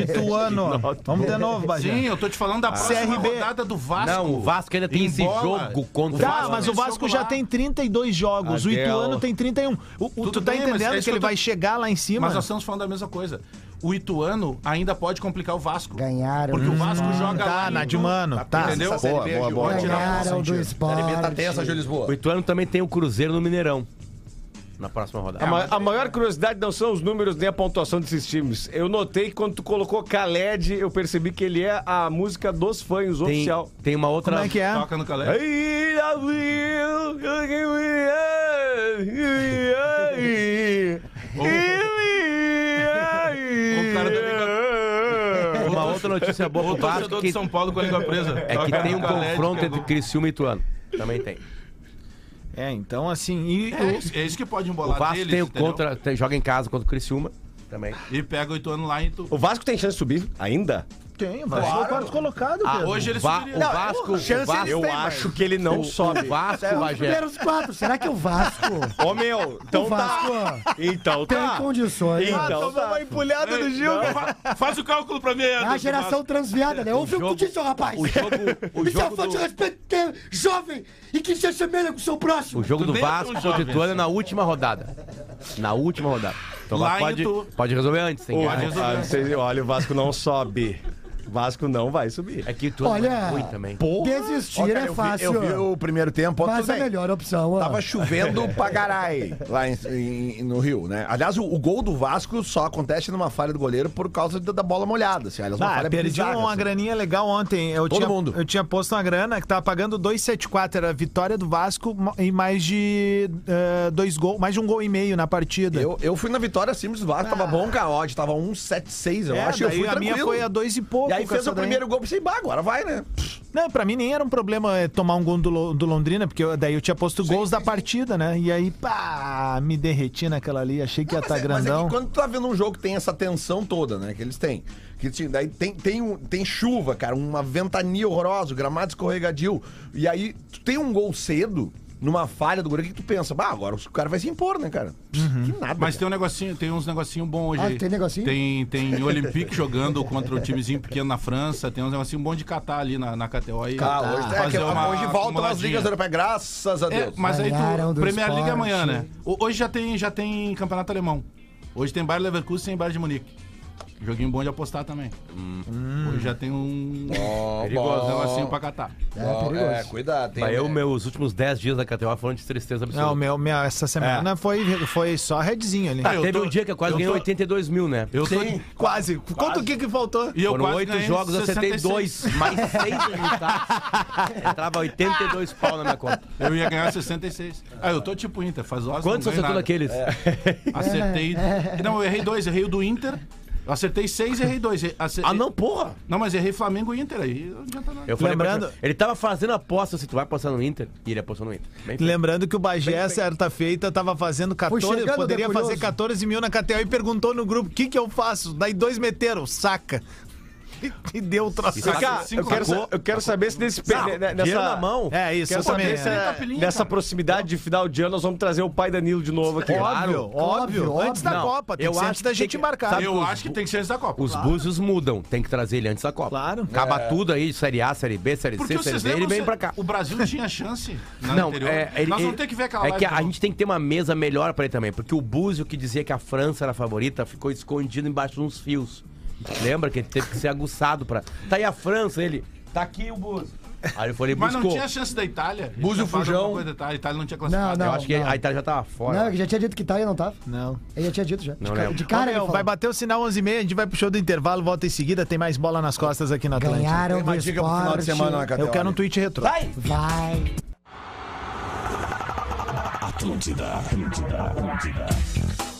B: Ituano. Vamos de novo, Bagé.
F: Sim, eu tô te
B: Ah.
F: falando da próxima
B: CRB.
F: rodada do Vasco.
H: Não, o Vasco ainda tem
F: Em
H: esse
F: bola.
H: jogo contra
F: O
B: Tá,
F: Vasco
B: mas o
F: tem
B: Vasco
F: jogo
B: já
F: lá.
B: tem 32 jogos, o
I: Adel.
B: Ituano tem 31. O, o- tu
F: Tudo
B: tá
F: bem, mas
B: entendendo
F: é
B: que,
F: isso que
B: ele
F: eu tô-
B: vai chegar lá em cima?
F: Mas nós estamos falando da mesma coisa. O Ituano ainda pode complicar o Vasco.
E: Ganharam.
F: Porque o Vasco joga lá.
B: tá,
F: em
B: na de
F: Itu.
B: mano. Tá.
F: Entendeu?
B: Boa,
D: Série B
B: boa,
D: de
B: boa.
D: hoje.
F: tirar
E: Ganharam do
D: Série B tá tensa,
E: esporte.
D: Júlio Lisboa.
H: O Ituano também tem o Cruzeiro no Mineirão. na próxima rodada.
G: A, ma- a maior curiosidade não são os números nem a pontuação desses times. Eu notei que quando tu colocou Khaled, eu percebi que ele é a música dos fãs
H: Tem,
G: oficial.
H: tem uma outra.
B: Como é que é?
F: Toca no Calé.
G: Aí, Davi, eu que me amo, eu me
F: O cara
G: amo.
H: Uma outra notícia boa
F: O
H: pro Vasco
F: torcedor
H: que,
F: de São Paulo com a língua presa.
H: é que tem um confronto entre Criciúma e Tuano. Também tem.
B: É, então assim. E, o-
F: É isso que pode
H: O
F: embolar
H: Vasco
F: deles,
H: tem o
F: entendeu? Ah,
H: contra, tem- joga em casa contra o Criciúma também.
F: E pega oito anos lá e tu...
G: O Vasco tem chance de subir ainda?
B: tem, vai ser o quarto colocado, Pedro.
F: Ah, Hoje eles
H: Va- o Vasco, o Vasco,
G: Eu acho que ele não
H: o,
G: sobe.
H: o Vasco,
E: É,
H: Bagé.
E: Primeiros quatro. Será que o Vasco?
G: Ô meu, então
E: o
G: tá.
E: Vasco
G: Então
E: tem
G: tá.
E: condições. né?
G: Então tá.
F: Olhada do Gil. Faz o cálculo pra mim.
E: É a geração transviada, né? Ouve o que
H: jogo-
E: tu disse, ô rapaz.
H: o jogo- o
E: Isso é
H: jogo
E: falta de
H: do-
E: respeito ter jovem e que se assemelha com o seu próximo.
H: O jogo
F: Tu
H: do
F: nem é tão
H: Vasco contra o
F: jovem
H: Tuano é
F: assim.
H: na última rodada. Na última rodada. Então
F: Lá
H: agora
F: em
H: pode,
F: Tu-
H: pode resolver antes, tem que
F: Pode
H: resolver.
F: resolver.
G: Ah, vocês- Olha, o Vasco não sobe. Vasco não vai subir.
H: É que o Tuano
E: Olha,
H: é ruim também.
E: Desistir
D: Ó, cara,
E: é
D: eu vi-
E: fácil.
D: Eu vi, o primeiro tempo, ó,
E: Mas
D: tudo
B: é
E: a
D: bem.
E: melhor opção, ó.
D: Tava chovendo pra caralho lá em- em- no Rio, né? Aliás, o, o gol do Vasco só acontece numa falha do goleiro por causa da, da bola molhada. Assim, aliás, uma
B: Ah,
D: falha
B: perdi
D: bizarra,
B: uma
D: assim.
B: graninha legal ontem. Eu
D: Todo
B: tinha,
D: mundo.
B: Eu tinha posto uma grana que tava pagando 2,74. Era a vitória do Vasco mo- e mais de eh, dois gols, mais de um gol e meio na partida.
D: Eu, eu fui na vitória simples do Vasco, tava bom, caótico, tava 1,76, eu
B: Ah. É,
D: acho. Eu
B: daí
D: fui
B: a minha
D: tranquilo.
B: foi a dois e pouco.
D: E aí
B: com
D: fez
B: essa
D: o
B: daí.
D: primeiro gol, pensei, bah, agora vai, né?
B: Não, pra mim nem era um problema eh, tomar um gol do, Lo- do Londrina, porque eu- daí eu tinha posto gols da partida, né? E aí, pá, me derreti naquela ali, achei que ia
D: Mas
B: estar
D: é- mas é
B: grandão.
D: que quando tu tá vendo um jogo que tem essa tensão toda, né? Que eles têm. Que assim, daí tem, tem, um- tem chuva, cara, uma ventania horrorosa, o gramado escorregadio. E aí, tu tem um gol cedo, numa falha do goleiro, que tu pensa, bah, agora o cara vai se impor, né, cara?
B: Uhum.
D: Que nada.
F: Mas tem
D: cara.
F: um negocinho, tem uns negocinho bom hoje.
E: Ah,
F: aí.
E: tem negocinho?
F: Tem, tem o Olympique jogando contra o timezinho pequeno na França, tem uns negocinho bom de catar ali na, na KTO e
D: Ah, hoje, é que
F: Tá, fazer uma
D: hoje voltam as
F: acumuladinha.
D: ligas europeias, graças a
F: É,
D: Deus.
F: mas aí
E: Ganharam
F: tu,
E: do
F: Premier League
E: esporte.
F: amanhã, né? O- Hoje já tem, já tem campeonato alemão. Hoje tem Bayern Leverkusen e Bayern de Munique. Joguinho bom de apostar também.
H: Hum.
F: Hoje já tem um perigoso negocinho pra catar.
D: é, cuidado. Tem,
H: Mas eu, meus últimos 10 dias da KTO foram de tristeza absoluta.
B: Não, meu, minha, essa semana foi, foi só redzinho ali.
F: eu
H: Teve
F: tô-
H: um dia que eu quase
F: eu
H: ganhei
F: tô-
H: 82 mil, né?
F: Eu tô,
B: Sim, quase. Quanto o que que faltou?
F: e eu
H: Foram
F: quase
H: oito
F: ganhei
H: jogos, acertei
F: 66.
H: dois, mais seis resultados. Entrava 82 pau na minha conta.
F: Eu ia ganhar 66. Ah, eu tô tipo Inter, faz horas.
H: Quantos
F: não ganho
H: acertou
F: nada.
H: daqueles?
F: Acertei.
E: É,
F: Não, eu errei dois. Errei o do Inter. Acertei seis, errei dois. Acer-
H: Ah, não, porra!
F: Não, mas errei Flamengo e Inter aí. Não adianta nada.
H: Eu falei pra
B: Lembrando-
H: ele, ele tava fazendo aposta se tu vai apostar no Inter, e ele apostou no Inter. Bem feito.
B: Lembrando que o Bagé, certa feita, tava fazendo 14,
E: chegando,
B: poderia
E: debulhoso.
B: fazer 14 mil na KTO e perguntou no grupo, o que que eu faço? Daí dois meteram, saca. E deu o troço.
H: Isso é
G: Cá,
F: Cinco
G: eu quero, sa-
F: sacou.
G: eu quero saber se nesse, pe- ne- ne-
H: Dinheiro na
G: nessa,
H: mão.
B: É isso,
G: Quero
B: eu também.
G: saber
B: é.
G: se
F: Capilinha,
G: nessa
F: cara.
G: proximidade de final de ano nós vamos trazer o pai Danilo de novo aqui.
B: Óbvio, óbvio,
E: óbvio,
B: Antes da
H: óbvio.
B: Copa, tem
H: Eu
B: que ser
H: acho
B: antes da
H: que
B: gente
H: tem que-
B: embarcar.
H: sabe-
F: Eu acho que tem que ser antes da Copa.
H: Os búzios mudam, tem que trazer ele antes da Copa.
B: Claro.
H: Acaba tudo aí, Série A, Série B, Série
F: Porque
H: C, Série
F: vocês
H: D, ele
F: lembram,
H: vem
F: se-
H: pra cá.
F: o Brasil tinha chance na
H: Não,
F: anterior.
H: é, ele-
F: né? Nós vamos
H: ele-
F: ter que ver aquela
H: É
F: live
H: que a,
F: de
H: a
F: novo.
H: gente tem que ter uma mesa melhor pra ele também, porque o Búzio que dizia que a França era a favorita ficou escondido embaixo de uns fios. Lembra que ele teve que ser aguçado pra. Tá aí a França, ele. Tá aqui o Búzio. Aí ele foi ele
F: Mas não
H: buscou.
F: tinha chance da Itália.
D: Búzio,
F: Tinha falado
D: Fujão.
F: alguma coisa da Itália. A Itália não tinha classificado.
E: Não,
H: Eu acho que
E: não.
H: a Itália já tava fora.
E: Não, ele já tinha dito que tá e não tava.
B: Não.
E: Ele já tinha dito já.
H: Não
E: de, ca-
H: lembro.
E: de
B: Ô,
E: cara ele
B: meu,
E: falou.
B: vai bater o sinal 11h30, a gente vai pro show do intervalo, volta em seguida, tem mais bola nas costas aqui na Atlântica.
E: Ganharam
D: uma
E: do
D: dica pro final de
E: esporte.
D: semana na KTO.
B: Eu quero um tweet retrô. Vai!
E: Vai.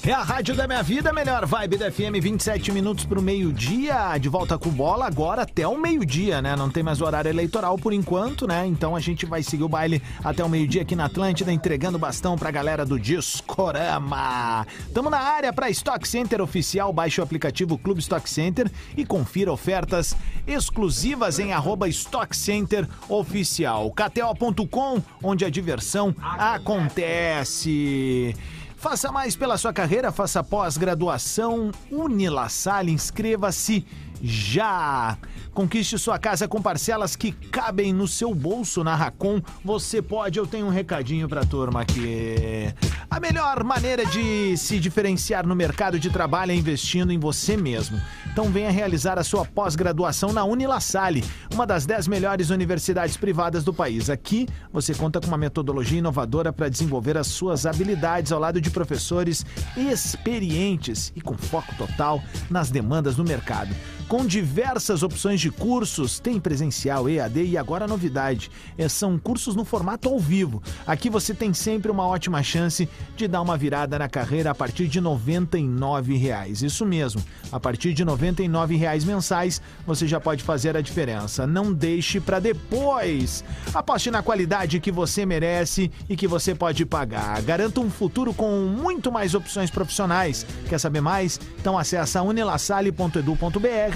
B: É a rádio da minha vida, melhor vibe da FM, 27 minutos pro meio-dia, de volta com bola agora até o meio-dia, né? Não tem mais horário eleitoral por enquanto, né? Então a gente vai seguir o baile até o meio-dia aqui na Atlântida, entregando bastão pra galera do Discorama. Tamo na área pra Stock Center Oficial, baixe o aplicativo Clube Stock Center e confira ofertas exclusivas em arroba Stock Center Oficial. KTO.com, onde a diversão acontece. Faça mais pela sua carreira, faça pós-graduação, Unila Salle, inscreva-se já. Conquiste sua casa com parcelas que cabem no seu bolso na Racon. Você pode, eu tenho um recadinho pra turma aqui. A melhor maneira de se diferenciar no mercado de trabalho é investindo em você mesmo. Então venha realizar a sua pós-graduação na Unilassalle, uma das 10 melhores universidades privadas do país. Aqui você conta com uma metodologia inovadora para desenvolver as suas habilidades ao lado de professores experientes e com foco total nas demandas do mercado com diversas opções de cursos, tem presencial, EAD e agora a novidade, é, são cursos no formato ao vivo. Aqui você tem sempre uma ótima chance de dar uma virada na carreira a partir de R$ 99 reais. Isso mesmo, a partir de R$ 99 reais mensais, você já pode fazer a diferença. Não deixe para depois. Aposte na qualidade que você merece e que você pode pagar. Garanta um futuro com muito mais opções profissionais. Quer saber mais? Então acessa unilassale.edu.br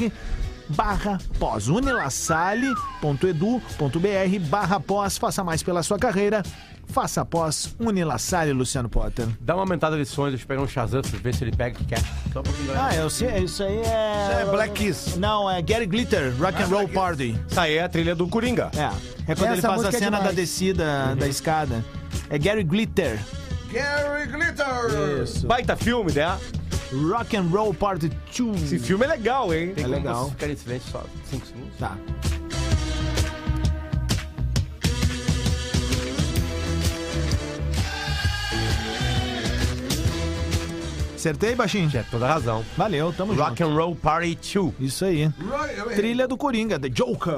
B: barra pós unilassale.edu.br barra pós faça mais pela sua carreira faça pós Unilassale Luciano Potter
H: Dá uma aumentada de sonhos, deixa eu pegar um Shazam pra ver se ele pega o que quer. Só um pouquinho.
B: ah eu sei isso aí é
D: É Black Kiss.
B: não é Gary Glitter Rock and Roll Party
G: Essa aí é a trilha do Coringa.
B: é é quando ele
E: Essa
B: faz a
E: música é
B: cena da
E: demais.
B: descida da escada é Gary Glitter
D: Gary Glitter!
G: Baita filme, né?
B: Rock and Roll Party 2
G: Esse filme é legal, hein?
H: Tem
B: É
H: como
B: legal.
H: vocês ficarem em silêncio só 5 segundos?
B: Tá. Acertei, baixinho?
H: É, toda razão.
B: Valeu, tamo
H: Rock
B: junto.
H: and Roll Party 2.
B: Isso aí. Trilha do Coringa, The Joker.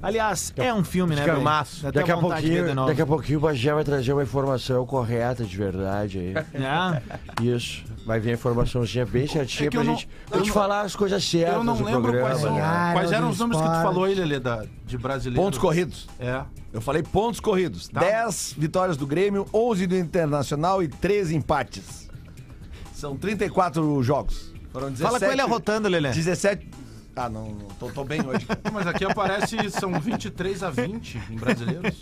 B: Aliás, é um filme, né? velho?
H: Filmaço.
B: Dá até
J: Daqui a,
B: vontade de ver de
J: pouquinho,
B: novo.
J: daqui a pouquinho o Bagé vai trazer uma informação correta, de verdade.
B: É.
J: Aí. Isso. Vai vir a informaçãozinha bem certinha
F: É que
J: pra
F: eu não-
J: gente pra te falar as coisas certas.
F: Eu não
J: do
F: lembro
J: programa,
F: quais, são-
J: né?
E: Ah,
F: quais
E: não,
F: eram
E: do
F: os números que tu
E: esporte.
F: falou, ele, Lelê, da, de brasileiro.
D: Pontos corridos.
F: É.
D: Eu falei pontos corridos. 10 vitórias do Grêmio, 11 do Internacional e 3 empates. São 34 jogos. Foram 17.
B: Fala com ele arrotando, Lelê.
D: 17. Ah, não, não tô, tô bem hoje.
F: Mas aqui aparece, são 23 a 20 em brasileiros.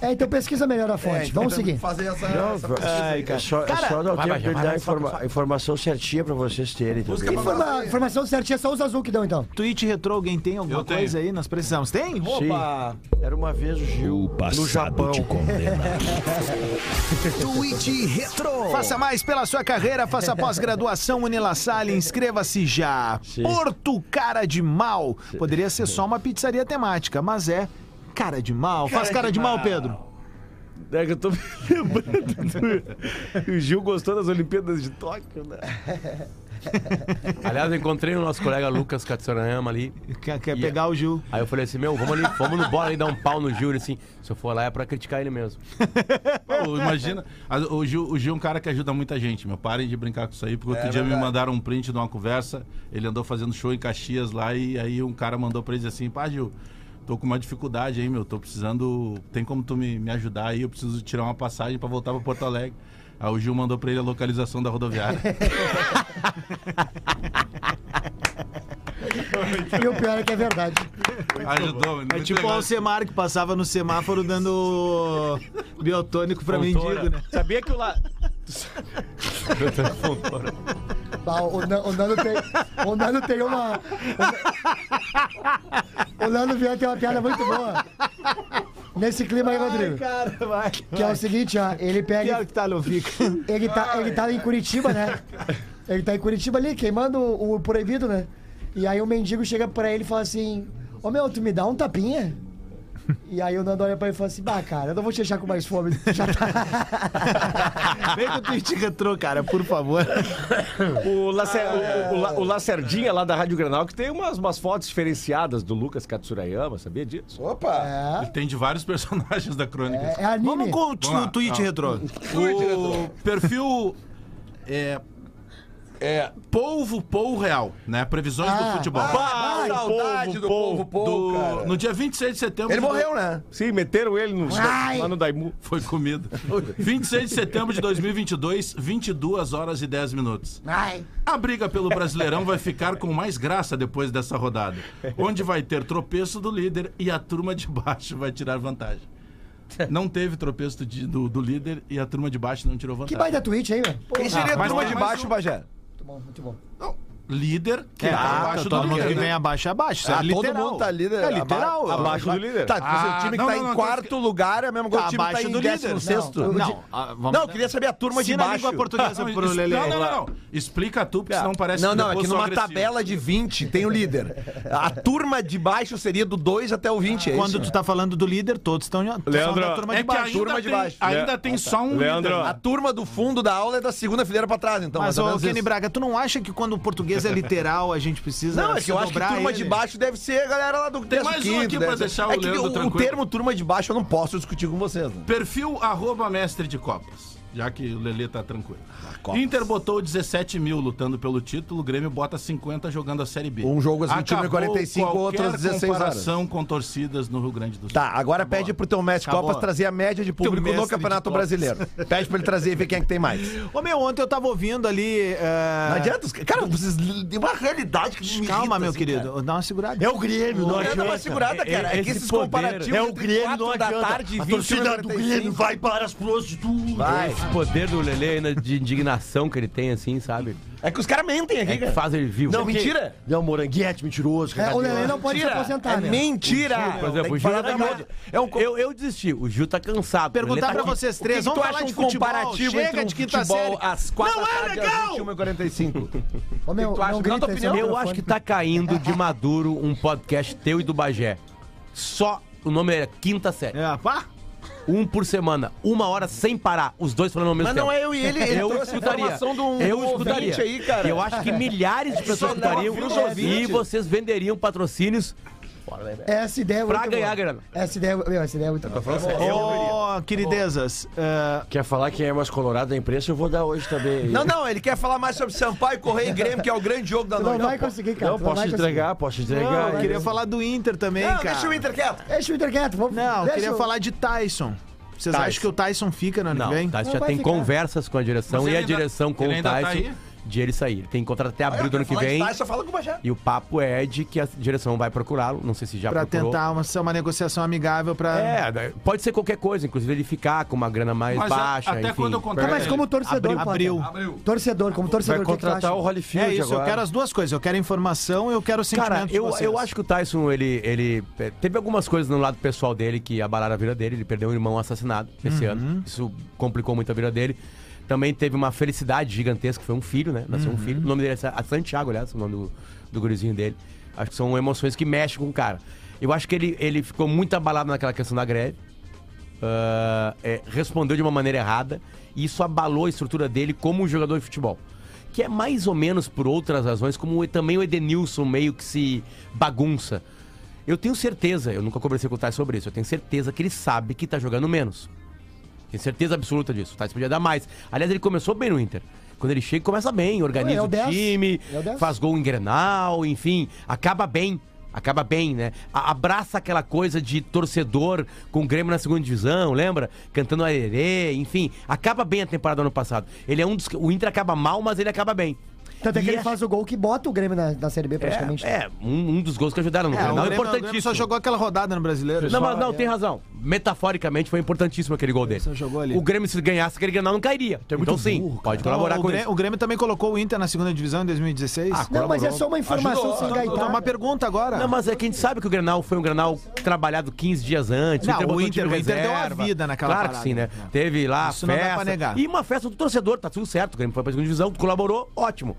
E: É, então pesquisa melhor a fonte.
D: É, então
E: Vamos
D: temos
E: seguir.
D: que Fazer essa.
J: Não,
D: essa-
J: é só, é só dar o tempo de dar a informa- informação certinha pra vocês terem.
D: Busca
J: também.
D: pra
E: Informa-
D: fazer.
E: informação certinha, só os azul que dão então.
B: Tweet retrô, alguém tem alguma
F: Eu tenho.
B: coisa aí? Nós precisamos. Tem?
J: Sim. Era uma vez o Gil no Japão.
B: Faça mais pela sua carreira, faça pós-graduação Unilassalle, inscreva-se já. Porto Cara de Mal. Poderia ser só uma pizzaria temática, mas é Cara de Mal. Faz cara de mal, Pedro.
G: É que eu tô me lembrando do... O Gil gostou das Olimpíadas de Tóquio, né?
H: Aliás, eu encontrei o nosso colega Lucas Katsurayama ali.
B: Quer, quer pegar o Gil?
H: Aí eu falei assim, meu, vamos ali, vamos no bola ali dar um pau no Gil. Ele assim, se eu for lá é pra criticar ele mesmo.
F: Pô, imagina. a- O Gil, o Gil é um cara que ajuda muita gente, meu. Parem de brincar com isso aí, porque
B: É
F: outro dia me mandaram um print de uma conversa. Ele andou fazendo show em Caxias lá e aí um cara mandou pra ele assim: pá, Gil, tô com uma dificuldade aí, meu. Tô precisando. Tem como tu me, me ajudar aí? Eu preciso tirar uma passagem pra voltar pra Porto Alegre. Aí o Gil mandou pra ele a localização da rodoviária.
E: E o pior é que é verdade.
F: Ajudou,
B: É tipo o Alcemar que passava no semáforo dando biotônico pra mendigo, né?
G: Sabia que o lá...
E: Ah, o, Na- o Nando tem, o Nando tem uma. O, Na- o Nando Vian tem uma piada muito boa. Nesse clima aí, Rodrigo.
B: cara, vai.
E: Que é o seguinte, ó, ele
B: Pior
E: pega.
B: que tá, não fica.
E: Ele tá, ele tá em Curitiba, né? Ele tá em Curitiba ali, queimando o, o proibido, né? E aí o mendigo chega pra ele e fala assim: Ô meu, tu me dá um tapinha? E aí o Nando olha pra ele e fala assim: Bah, cara, eu não vou te deixar com mais fome. tu Já tá.
B: Vem com o tweet retrô, cara, por favor.
G: O, Lacer,
F: É.
G: o, o, La- o Lacerdinha lá da Rádio Granal, que tem umas, umas fotos diferenciadas do Lucas Katsurayama, sabia disso?
D: Opa!
E: É,
F: Tem de vários personagens da crônica.
E: é anime.
B: Vamos com o
F: Vamos lá.
B: tu- tweet
F: Ah.
D: Um
B: retrô.
F: O perfil é, é polvo polvo real, né? Previsões do futebol.
D: Ah, saudade do povo, povo,
F: Do-
D: cara.
F: no dia 27 de setembro.
D: Ele
F: de do-
D: morreu, né?
G: Sim, meteram ele no,
E: Ai.
G: lá no Daimu.
F: Foi comido. 26 de setembro de 2022, 22 horas e 10 minutos.
E: Ai.
F: A briga pelo Brasileirão vai ficar com mais graça depois dessa rodada, onde vai ter tropeço do líder e a turma de baixo vai tirar vantagem. Não teve tropeço de- do, do líder e a turma de baixo não tirou
E: Que
F: vantagem.
B: Ah,
E: baita tweet, hein, velho? Pô,
D: Quem seria a
F: mas
D: turma
F: tem
D: de
F: mais
D: baixo,
F: um.
D: é Bagé?
E: Muito bom, muito bom.
F: líder que
B: É,
F: tá
B: tá,
F: abaixo do
B: todo mundo
F: líder.
B: que
F: né?
B: vem abaixo é abaixo. Isso é
D: Ah,
B: literal.
D: todo mundo tá líder.
B: É literal.
D: aba-
G: abaixo do líder.
D: Tá, tipo, assim,
F: Ah,
D: o time que
F: não,
D: tá
F: não,
D: em
F: não,
D: quarto lugar é a mesma coisa
B: Tá
D: que o time que tá
B: abaixo
D: em
B: do líder.
D: décimo
B: Não,
D: sexto.
B: não, ah, vamos-
D: Não, eu queria saber a turma de
B: Ensina a língua
D: baixo.
B: portuguesa pro
F: es-
B: Lelê.
F: Não, não, não, não. Explica tu, porque senão parece
D: Não, não, é
F: depois
D: que
F: sou
D: numa
F: agressivo.
D: tabela de 20 tem o líder. A turma de baixo seria do 2 até o 20, é
B: Quando
D: isso?
B: tu tá falando do líder, todos estão estão
I: Leandro,
B: da turma
F: É
B: de
F: que
B: baixo.
F: ainda
D: turma de
F: tem,
D: baixo.
F: ainda tem só um
I: Leandro,
F: líder.
D: A turma do fundo da aula é da segunda fileira pra trás, então.
B: Mas,
D: mais ou
B: ô,
D: menos
B: Kenny
D: isso.
B: Braga, tu não acha que quando o português é literal, a gente precisa
D: Não, é que eu acho que
B: dobrar
D: turma
B: ele?
D: de baixo deve ser a galera lá do Tem
F: mais um aqui pra deixar o
D: é que
F: Leandro
D: o, o
F: tranquilo.
D: termo turma de baixo eu não posso discutir com vocês. Né?
F: Perfil arroba mestre de copas. Já que o Lelê tá tranquilo. Inter botou 17 mil lutando pelo título, o Grêmio bota 50 jogando a Série B.
D: Um jogo às 21h45,
F: Acabou qualquer
D: outro às 16 horas.
F: comparação com torcidas no Rio Grande do Sul.
D: Tá, agora pede pro teu mestre
B: Acabou.
D: Copas trazer a média de público
B: mestre
D: no
B: de
D: Campeonato
B: Copas.
D: Brasileiro. Pede pra ele trazer e ver quem é que tem mais.
B: Ô, meu, ontem eu tava ouvindo ali... é,
D: Não adianta, os- cara, vocês tem uma realidade que me
B: Calma,
D: irrita,
B: meu
D: assim,
B: querido.
D: cara.
B: Dá uma segurada.
C: É o Grêmio, não
D: Não é dar uma
C: adianta.
D: segurada, cara. É, que
I: Esse
D: esses
I: poder.
D: comparativos
I: É
C: É o
D: entre
C: Grêmio,
D: quatro
C: não
D: da
C: adianta.
D: tarde,
C: a
D: 21
C: torcida do Grêmio vai para as prostitutas.
D: Vai.
H: Esse poder do Lelê, né, de indignação que ele tem, assim, sabe?
D: É que os caras mentem
H: É
D: aqui,
H: que
D: cara.
H: faz ele vivo.
D: Não, mentira.
I: Não, Moranguete, mentiroso.
E: É, o Lelê não pode se
D: É
E: aposentar, né?
D: mentira.
H: Por exemplo,
D: Tem
H: o
D: que
H: Gil
D: falar a
H: tá
D: verdade. É um co-
H: eu, eu desisti. O Gil tá cansado.
B: Perguntar pra
H: você.
B: vocês
D: O que que
B: três,
D: tu
B: vamos
D: acha
B: falar de
D: um
B: futebol.
D: comparativo entre
B: Chega
D: um
B: de quinta
D: futebol
B: série.
D: às quatro
B: Não
D: da
B: é
A: Tá
D: tarde às
B: legal!
D: 21h45.
E: Ô, meu,
D: tu acha?
E: não
D: Me dá
E: grita,
D: tua
E: esse é
D: opinião.
E: o
H: Eu
E: microfone.
H: acho que tá caindo de maduro um podcast teu e do Bagé. Só o nome era Quinta Série.
B: É, pá.
H: Um por semana, uma hora sem parar, os dois falando ao mesmo
D: Mas
H: tempo.
D: não é eu e ele, ele
H: eu
D: trouxe a
H: escutaria.
D: informação de um- de
H: eu
D: um ouvinte
H: escutaria.
D: aí, cara.
H: Eu acho que milhares de pessoas
D: Isso não é
H: escutariam
D: pros
H: e
D: ouvintes.
H: vocês venderiam patrocínios.
E: Essa ideia é
H: Pra
E: muito
H: ganhar
E: boa.
H: grana.
E: Essa ideia, meu, essa ideia é muito boa.
B: Ô, queridezas, é,
I: Quer falar quem é mais colorado da imprensa? Eu vou dar hoje também.
D: Não, não, ele quer falar mais sobre Sampaio, Correia e Grêmio, que é o grande jogo da
E: Tu
D: noite.
E: não vai conseguir, cara.
I: Não,
E: tu não
I: Então,
H: é
I: posso
E: vai conseguir.
I: entregar, posso entregar.
B: não, eu queria falar do Inter também,
D: Não,
B: cara.
D: deixa o Inter quieto.
E: Deixa o Inter quieto. Vamos,
B: Não, eu
E: deixa
B: queria
E: o-
B: falar de Tyson. Vocês acham que o Tyson fica no ano
H: Não,
B: que vem?
H: tá,
E: Não
H: já
E: vai
H: tem
E: ficar.
H: conversas com a direção
F: Mas
H: e
F: ele
H: a
F: ainda-
H: direção com
F: ele
H: o
F: ainda tá
H: Tyson
F: aí? Ah,
H: de ele sair. Ele tem contrato até abril do ano que
D: Falar de
H: vem.
D: Tyson, Só fala com o Bajé.
H: E o papo é de que a direção vai procurá-lo. Não sei se já
B: Pra
H: procurou.
B: tentar uma, ser uma negociação amigável pra...
H: É, né, pode ser qualquer coisa, inclusive ele ficar com uma grana mais
F: Mas a-
H: baixa.
F: até
H: enfim.
F: quando eu é.
E: Tá,
F: contrato
E: mas como torcedor,
B: Abril.
E: Potter.
B: Abril.
E: Torcedor, como torcedor,
I: Vai
E: o que que tu
I: contratar
E: acha?
I: o Holyfield
B: É isso,
I: agora.
B: eu quero as duas coisas. Eu quero informação e eu quero o sentimento
H: Cara,
B: de
H: eu,
B: vocês.
H: eu acho que o Tyson, ele, ele. eh, Teve algumas coisas no lado pessoal dele que abalaram a vida dele. Ele perdeu um irmão assassinado
B: Uhum.
H: esse ano. Isso complicou muito a vida dele. Também teve uma felicidade gigantesca, foi um filho, né? Nasceu
B: Uhum.
H: um filho. O nome dele é Sa- Santiago, aliás, o nome do, do gurizinho dele. Acho que são emoções que mexem com o cara. Eu acho que ele, ele ficou muito abalado naquela questão da greve. Ah, é, respondeu de uma maneira errada e isso abalou a estrutura dele como um jogador de futebol. Que é mais ou menos por outras razões, como o- também o Edenilson meio que se bagunça. Eu tenho certeza, eu nunca conversei com o Tais sobre isso, eu tenho certeza que ele sabe que tá jogando menos. Tenho certeza absoluta disso. O Tais podia dar mais. Aliás, ele começou bem no Inter. Quando ele chega, começa bem, organiza
E: É o
H: o
E: 10.
H: time,
E: É o 10.
H: faz gol em Grenal, enfim, acaba bem. Acaba bem, né? A- abraça aquela coisa de torcedor com o Grêmio na segunda divisão, lembra? Cantando arerê, enfim. Acaba bem a temporada do ano passado. Ele é um dos. que- O Inter acaba mal, mas ele acaba bem.
E: Tanto é que
H: E
E: ele
H: é-
E: faz o gol que bota o Grêmio na, na Série B, praticamente.
H: É, um, um dos gols que ajudaram no
B: É, o Grêmio,
H: Grenal. É
B: o Grêmio só
H: importantíssimo.
B: jogou aquela rodada no Brasileiro.
H: Não, mas não, tem razão. Metaforicamente foi importantíssimo aquele gol dele.
B: só jogou ali.
H: O Grêmio, se ganhasse aquele Grenal, não cairia. então sim, pode colaborar
B: o,
H: com
B: Grêmio,
H: isso.
B: o Grêmio também colocou o Inter na segunda divisão em 2016.
H: Ah,
E: Não, mas é só uma informação
D: Ajudou.
E: sem
B: Então, uma
E: gaitar.
B: pergunta agora.
H: Não, mas é que a gente sabe que o Grenal foi um Grenal trabalhado 15 dias antes.
B: Não,
H: botou
B: o
H: time
B: Inter- o Inter deu a
H: reserva.
B: vida naquela
H: Claro
B: parada.
H: que sim, né?
B: É.
H: Teve lá
B: Isso não dá
H: festa.
B: pra negar.
H: E uma festa do torcedor, tá tudo certo. O Grêmio foi pra segunda divisão, colaborou, ótimo.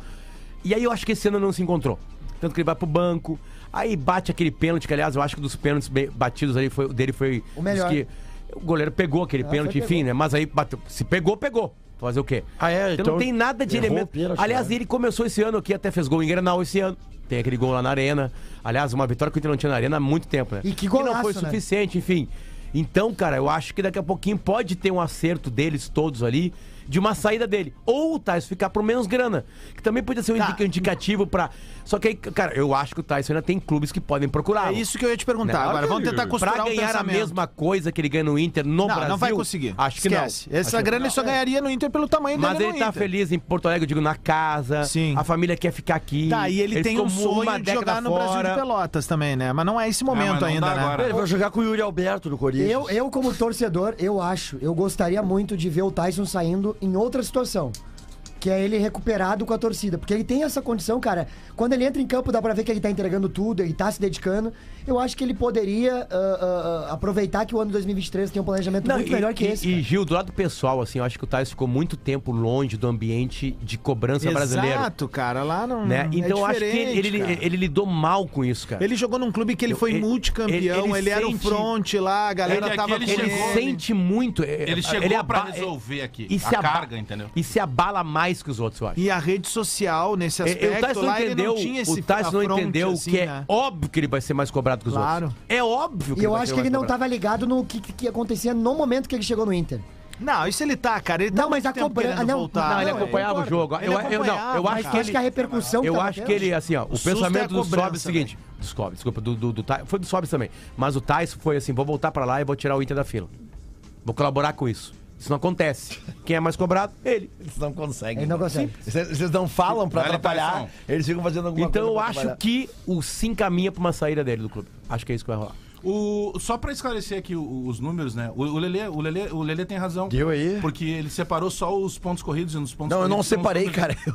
H: E aí eu acho que esse ano não se encontrou. Tanto que ele vai pro banco, aí bate aquele pênalti, que aliás eu acho que dos pênaltis bem- batidos ali foi, dele foi
E: O melhor. Ah,
H: diz que o goleiro pegou aquele pênalti,
E: foi,
H: enfim, né? Mas aí bateu. Se pegou, pegou. Fazer o quê?
I: Ah, é?
H: então, não
I: Então
H: tem nada de
I: errou o
H: elemento.
I: pênalti,
H: Aliás,
I: né?
H: ele começou esse ano aqui, até fez gol em Grenal esse ano. Tem aquele gol lá na Arena. Aliás, uma vitória que o Inter não tinha na Arena há muito tempo, né?
E: E que
H: não
E: golaço,
H: foi
E: né?
H: suficiente, enfim. Então, cara, eu acho que daqui a pouquinho pode ter um acerto deles todos ali de uma saída dele. Ou o Tyson ficar por menos grana. Que também podia ser um
B: Tá.
H: indica- indicativo pra. Só que aí, cara, eu acho que o Tyson ainda tem clubes que podem procurar.
B: É isso que eu ia te perguntar.
H: Não,
B: agora, vamos tentar costurar
H: Pra
B: um
H: ganhar a
B: pensamento.
H: mesma coisa que ele ganha no Inter no
B: Não,
H: Brasil.
B: não vai conseguir.
H: Acho que
B: Esquece.
H: não.
B: Essa grana ele só ganharia no Inter pelo tamanho
H: Mas
B: dele
H: ele
B: no
H: tá
B: Inter.
H: feliz em Porto Alegre, eu digo, na casa.
B: Sim.
H: A família quer ficar aqui.
B: Tá, e ele, tem
H: ficou
B: um
H: uma
B: sonho de
H: década
B: jogar no Brasil de
H: fora.
B: Pelotas também, né? Mas não é esse
F: Ah, mas
B: momento
F: não
B: ainda,
F: dá
B: né?
F: agora.
I: Ele vai jogar com o Yuri Alberto do Corinthians.
E: Eu, eu, como torcedor, eu acho, eu gostaria muito de ver o Tyson saindo em outra situação. que é ele recuperado com a torcida. Porque ele tem essa condição, cara. Quando ele entra em campo, dá pra ver que ele tá entregando tudo, ele tá se dedicando. Eu acho que ele poderia ah, ah, ah, aproveitar que o ano 2023 tem um planejamento muito
H: e,
E: melhor que
H: e-
E: esse.
H: E, Gil, do lado pessoal, assim, eu acho que o Thais ficou muito tempo longe do ambiente de cobrança brasileiro.
B: Exato, cara. Lá não.
H: Né? Então eu
B: é
H: acho que ele,
B: diferente,
H: ele,
B: cara.
H: ele lidou mal com isso, cara.
B: Ele jogou num clube que ele
H: Eu-
B: foi
H: ele-
B: multicampeão, ele,
H: ele- ele
B: era o
H: sente-
B: front lá, a galera
F: Ele aqui,
B: tava
F: ele
B: com
H: Ele
F: chegou-
B: ele.
H: sente muito. é-
F: Ele chegou pra
H: aba-
F: resolver aqui,
H: e
F: a
H: se aba-
F: carga, entendeu?
H: E se abala mais que os outros, eu acho.
B: E a rede social, nesse
H: É, é,
B: aspecto,
H: o Tyson não
B: lá
H: entendeu,
B: ele não tinha esse
H: o Tyson não
B: afronte,
H: entendeu
B: assim,
H: que é
B: né?
H: óbvio que ele vai ser mais cobrado que os
B: Claro.
H: outros. É óbvio que
E: E eu
H: vai
E: acho
H: ser
E: que ele
H: mais
E: não
H: cobrado.
E: tava ligado no que, que acontecia no momento que ele chegou no Inter.
B: Não, isso ele tá, cara. Ele tá
E: Não, mas
B: muito
E: a
B: tempo
E: cobrança-
B: querendo
E: não,
B: voltar.
H: Não, ele
E: Não, eu
H: acompanhava o
E: concordo.
H: jogo.
B: Ele
H: Eu, eu- não,
B: acompanhava,
H: eu acho
B: cara.
H: que
E: Acho que a
H: ele.
E: repercussão
H: Eu
E: tava
H: acho
E: tendo.
H: que ele, assim, ó, o,
B: susto é a
H: pensamento do
B: cobrança,
H: Sobs é o seguinte. Do Sobs, desculpa, do, do, do Ty- Foi do Sobs também. Mas o Tyson foi assim: vou voltar pra lá e vou tirar o Inter da fila. Vou colaborar com isso. Isso não acontece. Quem é mais cobrado? Ele.
D: Eles não conseguem.
E: Ele não consegue.
D: Vocês vocês não falam pra
F: Vale
D: atrapalhar,
F: Tyson.
D: eles ficam fazendo alguma
H: Então
D: coisa.
H: eu
D: pra
H: acho
D: atrapalhar.
H: que o se encaminha pra uma saída dele do clube. Acho que é isso que vai rolar.
F: O, só pra esclarecer aqui o- os números, né? O, o, Lelê, o, Lelê, o Lelê tem razão.
I: Deu aí?
F: Porque ele separou só os pontos corridos e nos pontos
D: Não, eu não
F: corridos tem uns
D: separei,
F: números-
D: cara. Eu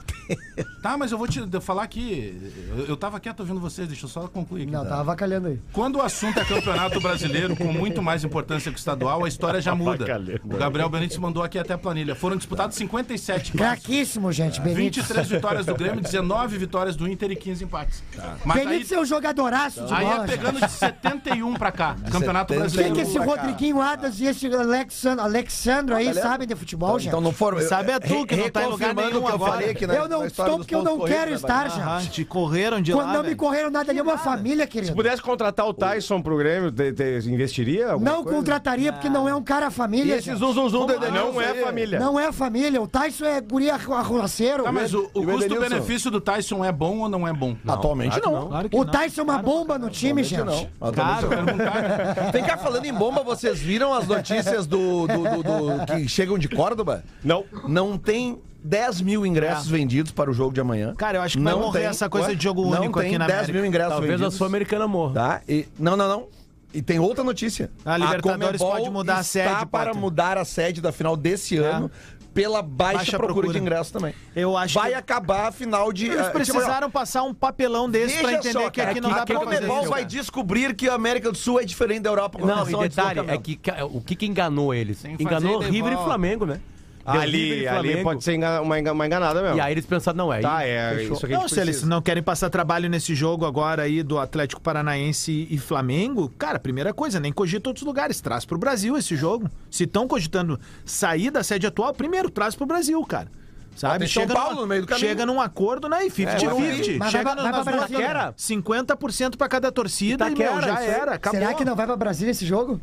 D: tenho-
F: Tá, mas eu vou te falar aqui. Eu, eu tava quieto ouvindo vocês, deixa eu só concluir aqui.
E: Não, tava avacalhando aí.
F: Quando o assunto é campeonato brasileiro, com muito mais importância que o estadual, a história já muda. O Gabriel Benítez mandou aqui até a planilha. Foram disputados 57 passos.
E: Craquíssimo,
H: Ah,
E: gente, Benítez.
F: 23 vitórias do Grêmio, 19 vitórias do Inter e 15 empates.
D: Tá.
F: Mas aí,
E: Benítez é um jogadoraço de
F: aí é
E: bola. gente.
F: pegando de 71 pra cá, campeonato
D: 71
E: O que,
F: brasileiro.
E: que esse
D: pra cá. Tá
E: Rodriguinho Adas e esse Alexandro, Alexandro aí sabem de futebol, gente?
D: Então não foram.
B: Sabe é tu que não tá em lugar
D: reconfirmando
B: nenhum
D: o que eu
B: agora.
D: falei aqui na-
E: Eu não
D: na história
E: estou
D: dos
E: porque eu
D: pontos
E: não quero
D: corridos, né,
E: estar,
D: trabalhar.
B: Ah,
E: gente.
B: te correram de
E: Quando
B: lá,
E: não me
B: velho.
E: correram nada, ali é uma família,
I: Se
E: querido.
I: pudesse contratar o Tyson pro Grêmio, te- te- investiria? alguma
E: Não
I: coisa?
E: contrataria porque não é um cara
D: E
E: família.
D: esse
E: gente.
D: zum zum zum do Edenilson
I: Não é
D: aí?
I: família.
E: Não é família. O Tyson é guri arru- arruaceiro.
F: Tá, mas o,
I: E
F: o
I: o Edenilson?
F: custo-benefício do Tyson é bom ou não é bom?
D: Atualmente não.
B: Claro que
E: O
B: não.
E: Tyson é uma bomba no time, gente.
D: Atualmente não. Tem cá falando em bomba, vocês viram as notícias do, do- do- do- que chegam de Córdoba?
I: Não. É.
D: Não tem 10 mil ingressos vendidos para o jogo de amanhã.
B: Cara, eu acho que vai morrer essa coisa de jogo
D: não
B: único
D: tem
B: aqui na
D: 10
B: América.
D: mil ingressos
H: Talvez a
D: vendidos.
H: Sul-Americana morra.
D: Tá? E, não, não, não. E tem outra notícia.
B: A Libertadores
D: Conmebol
B: pode mudar a
D: está
B: sede,
D: para
B: Potter.
D: mudar a sede da final desse ano pela baixa,
B: Baixa
D: procura,
B: procura.
D: de ingressos também.
B: Eu acho
D: Vai
B: que-
D: acabar a final de...
B: Eles
D: eh, tipo,
B: precisaram passar um papelão desse pra
D: Veja
B: entender
D: só,
B: que
D: cara,
B: aqui não dá
D: a
B: pra fazer
D: Comebol
B: isso,
D: vai
B: cara.
D: descobrir que a América do Sul é diferente da Europa com
H: Não, e
D: relação ao
H: detalhe, é
D: deslocamento.
H: que ca- o que, que enganou eles?
F: que
H: Enganou
F: fazer ida e
H: River e
F: volta.
H: Flamengo, né? Deu River
I: Ali,
H: e
I: ali
H: Flamengo,
I: pode ser enga- uma enga- uma enganada mesmo.
H: E aí eles pensaram, não, é.
I: Tá,
H: aí,
I: é
H: fechou.
I: isso aqui.
B: Não, se eles não querem passar trabalho nesse jogo agora aí do Atlético Paranaense e Flamengo, cara, primeira coisa, nem cogita outros lugares, traz pro Brasil esse jogo. Se estão cogitando sair da sede atual, primeiro traz pro Brasil, cara. Sabe?
D: Bota em São Paulo,
B: num-
D: no meio do caminho. É,
B: chega num acordo, né? E 50-50.
E: Mas
B: chega
E: vai- vai
B: nas
E: pra
B: duas-
I: é,
E: Brasília.
B: 50% pra cada torcida e, meu, já
H: Itaquera, isso aí.
B: era, acabou.
E: Será que não vai pra Brasília esse jogo?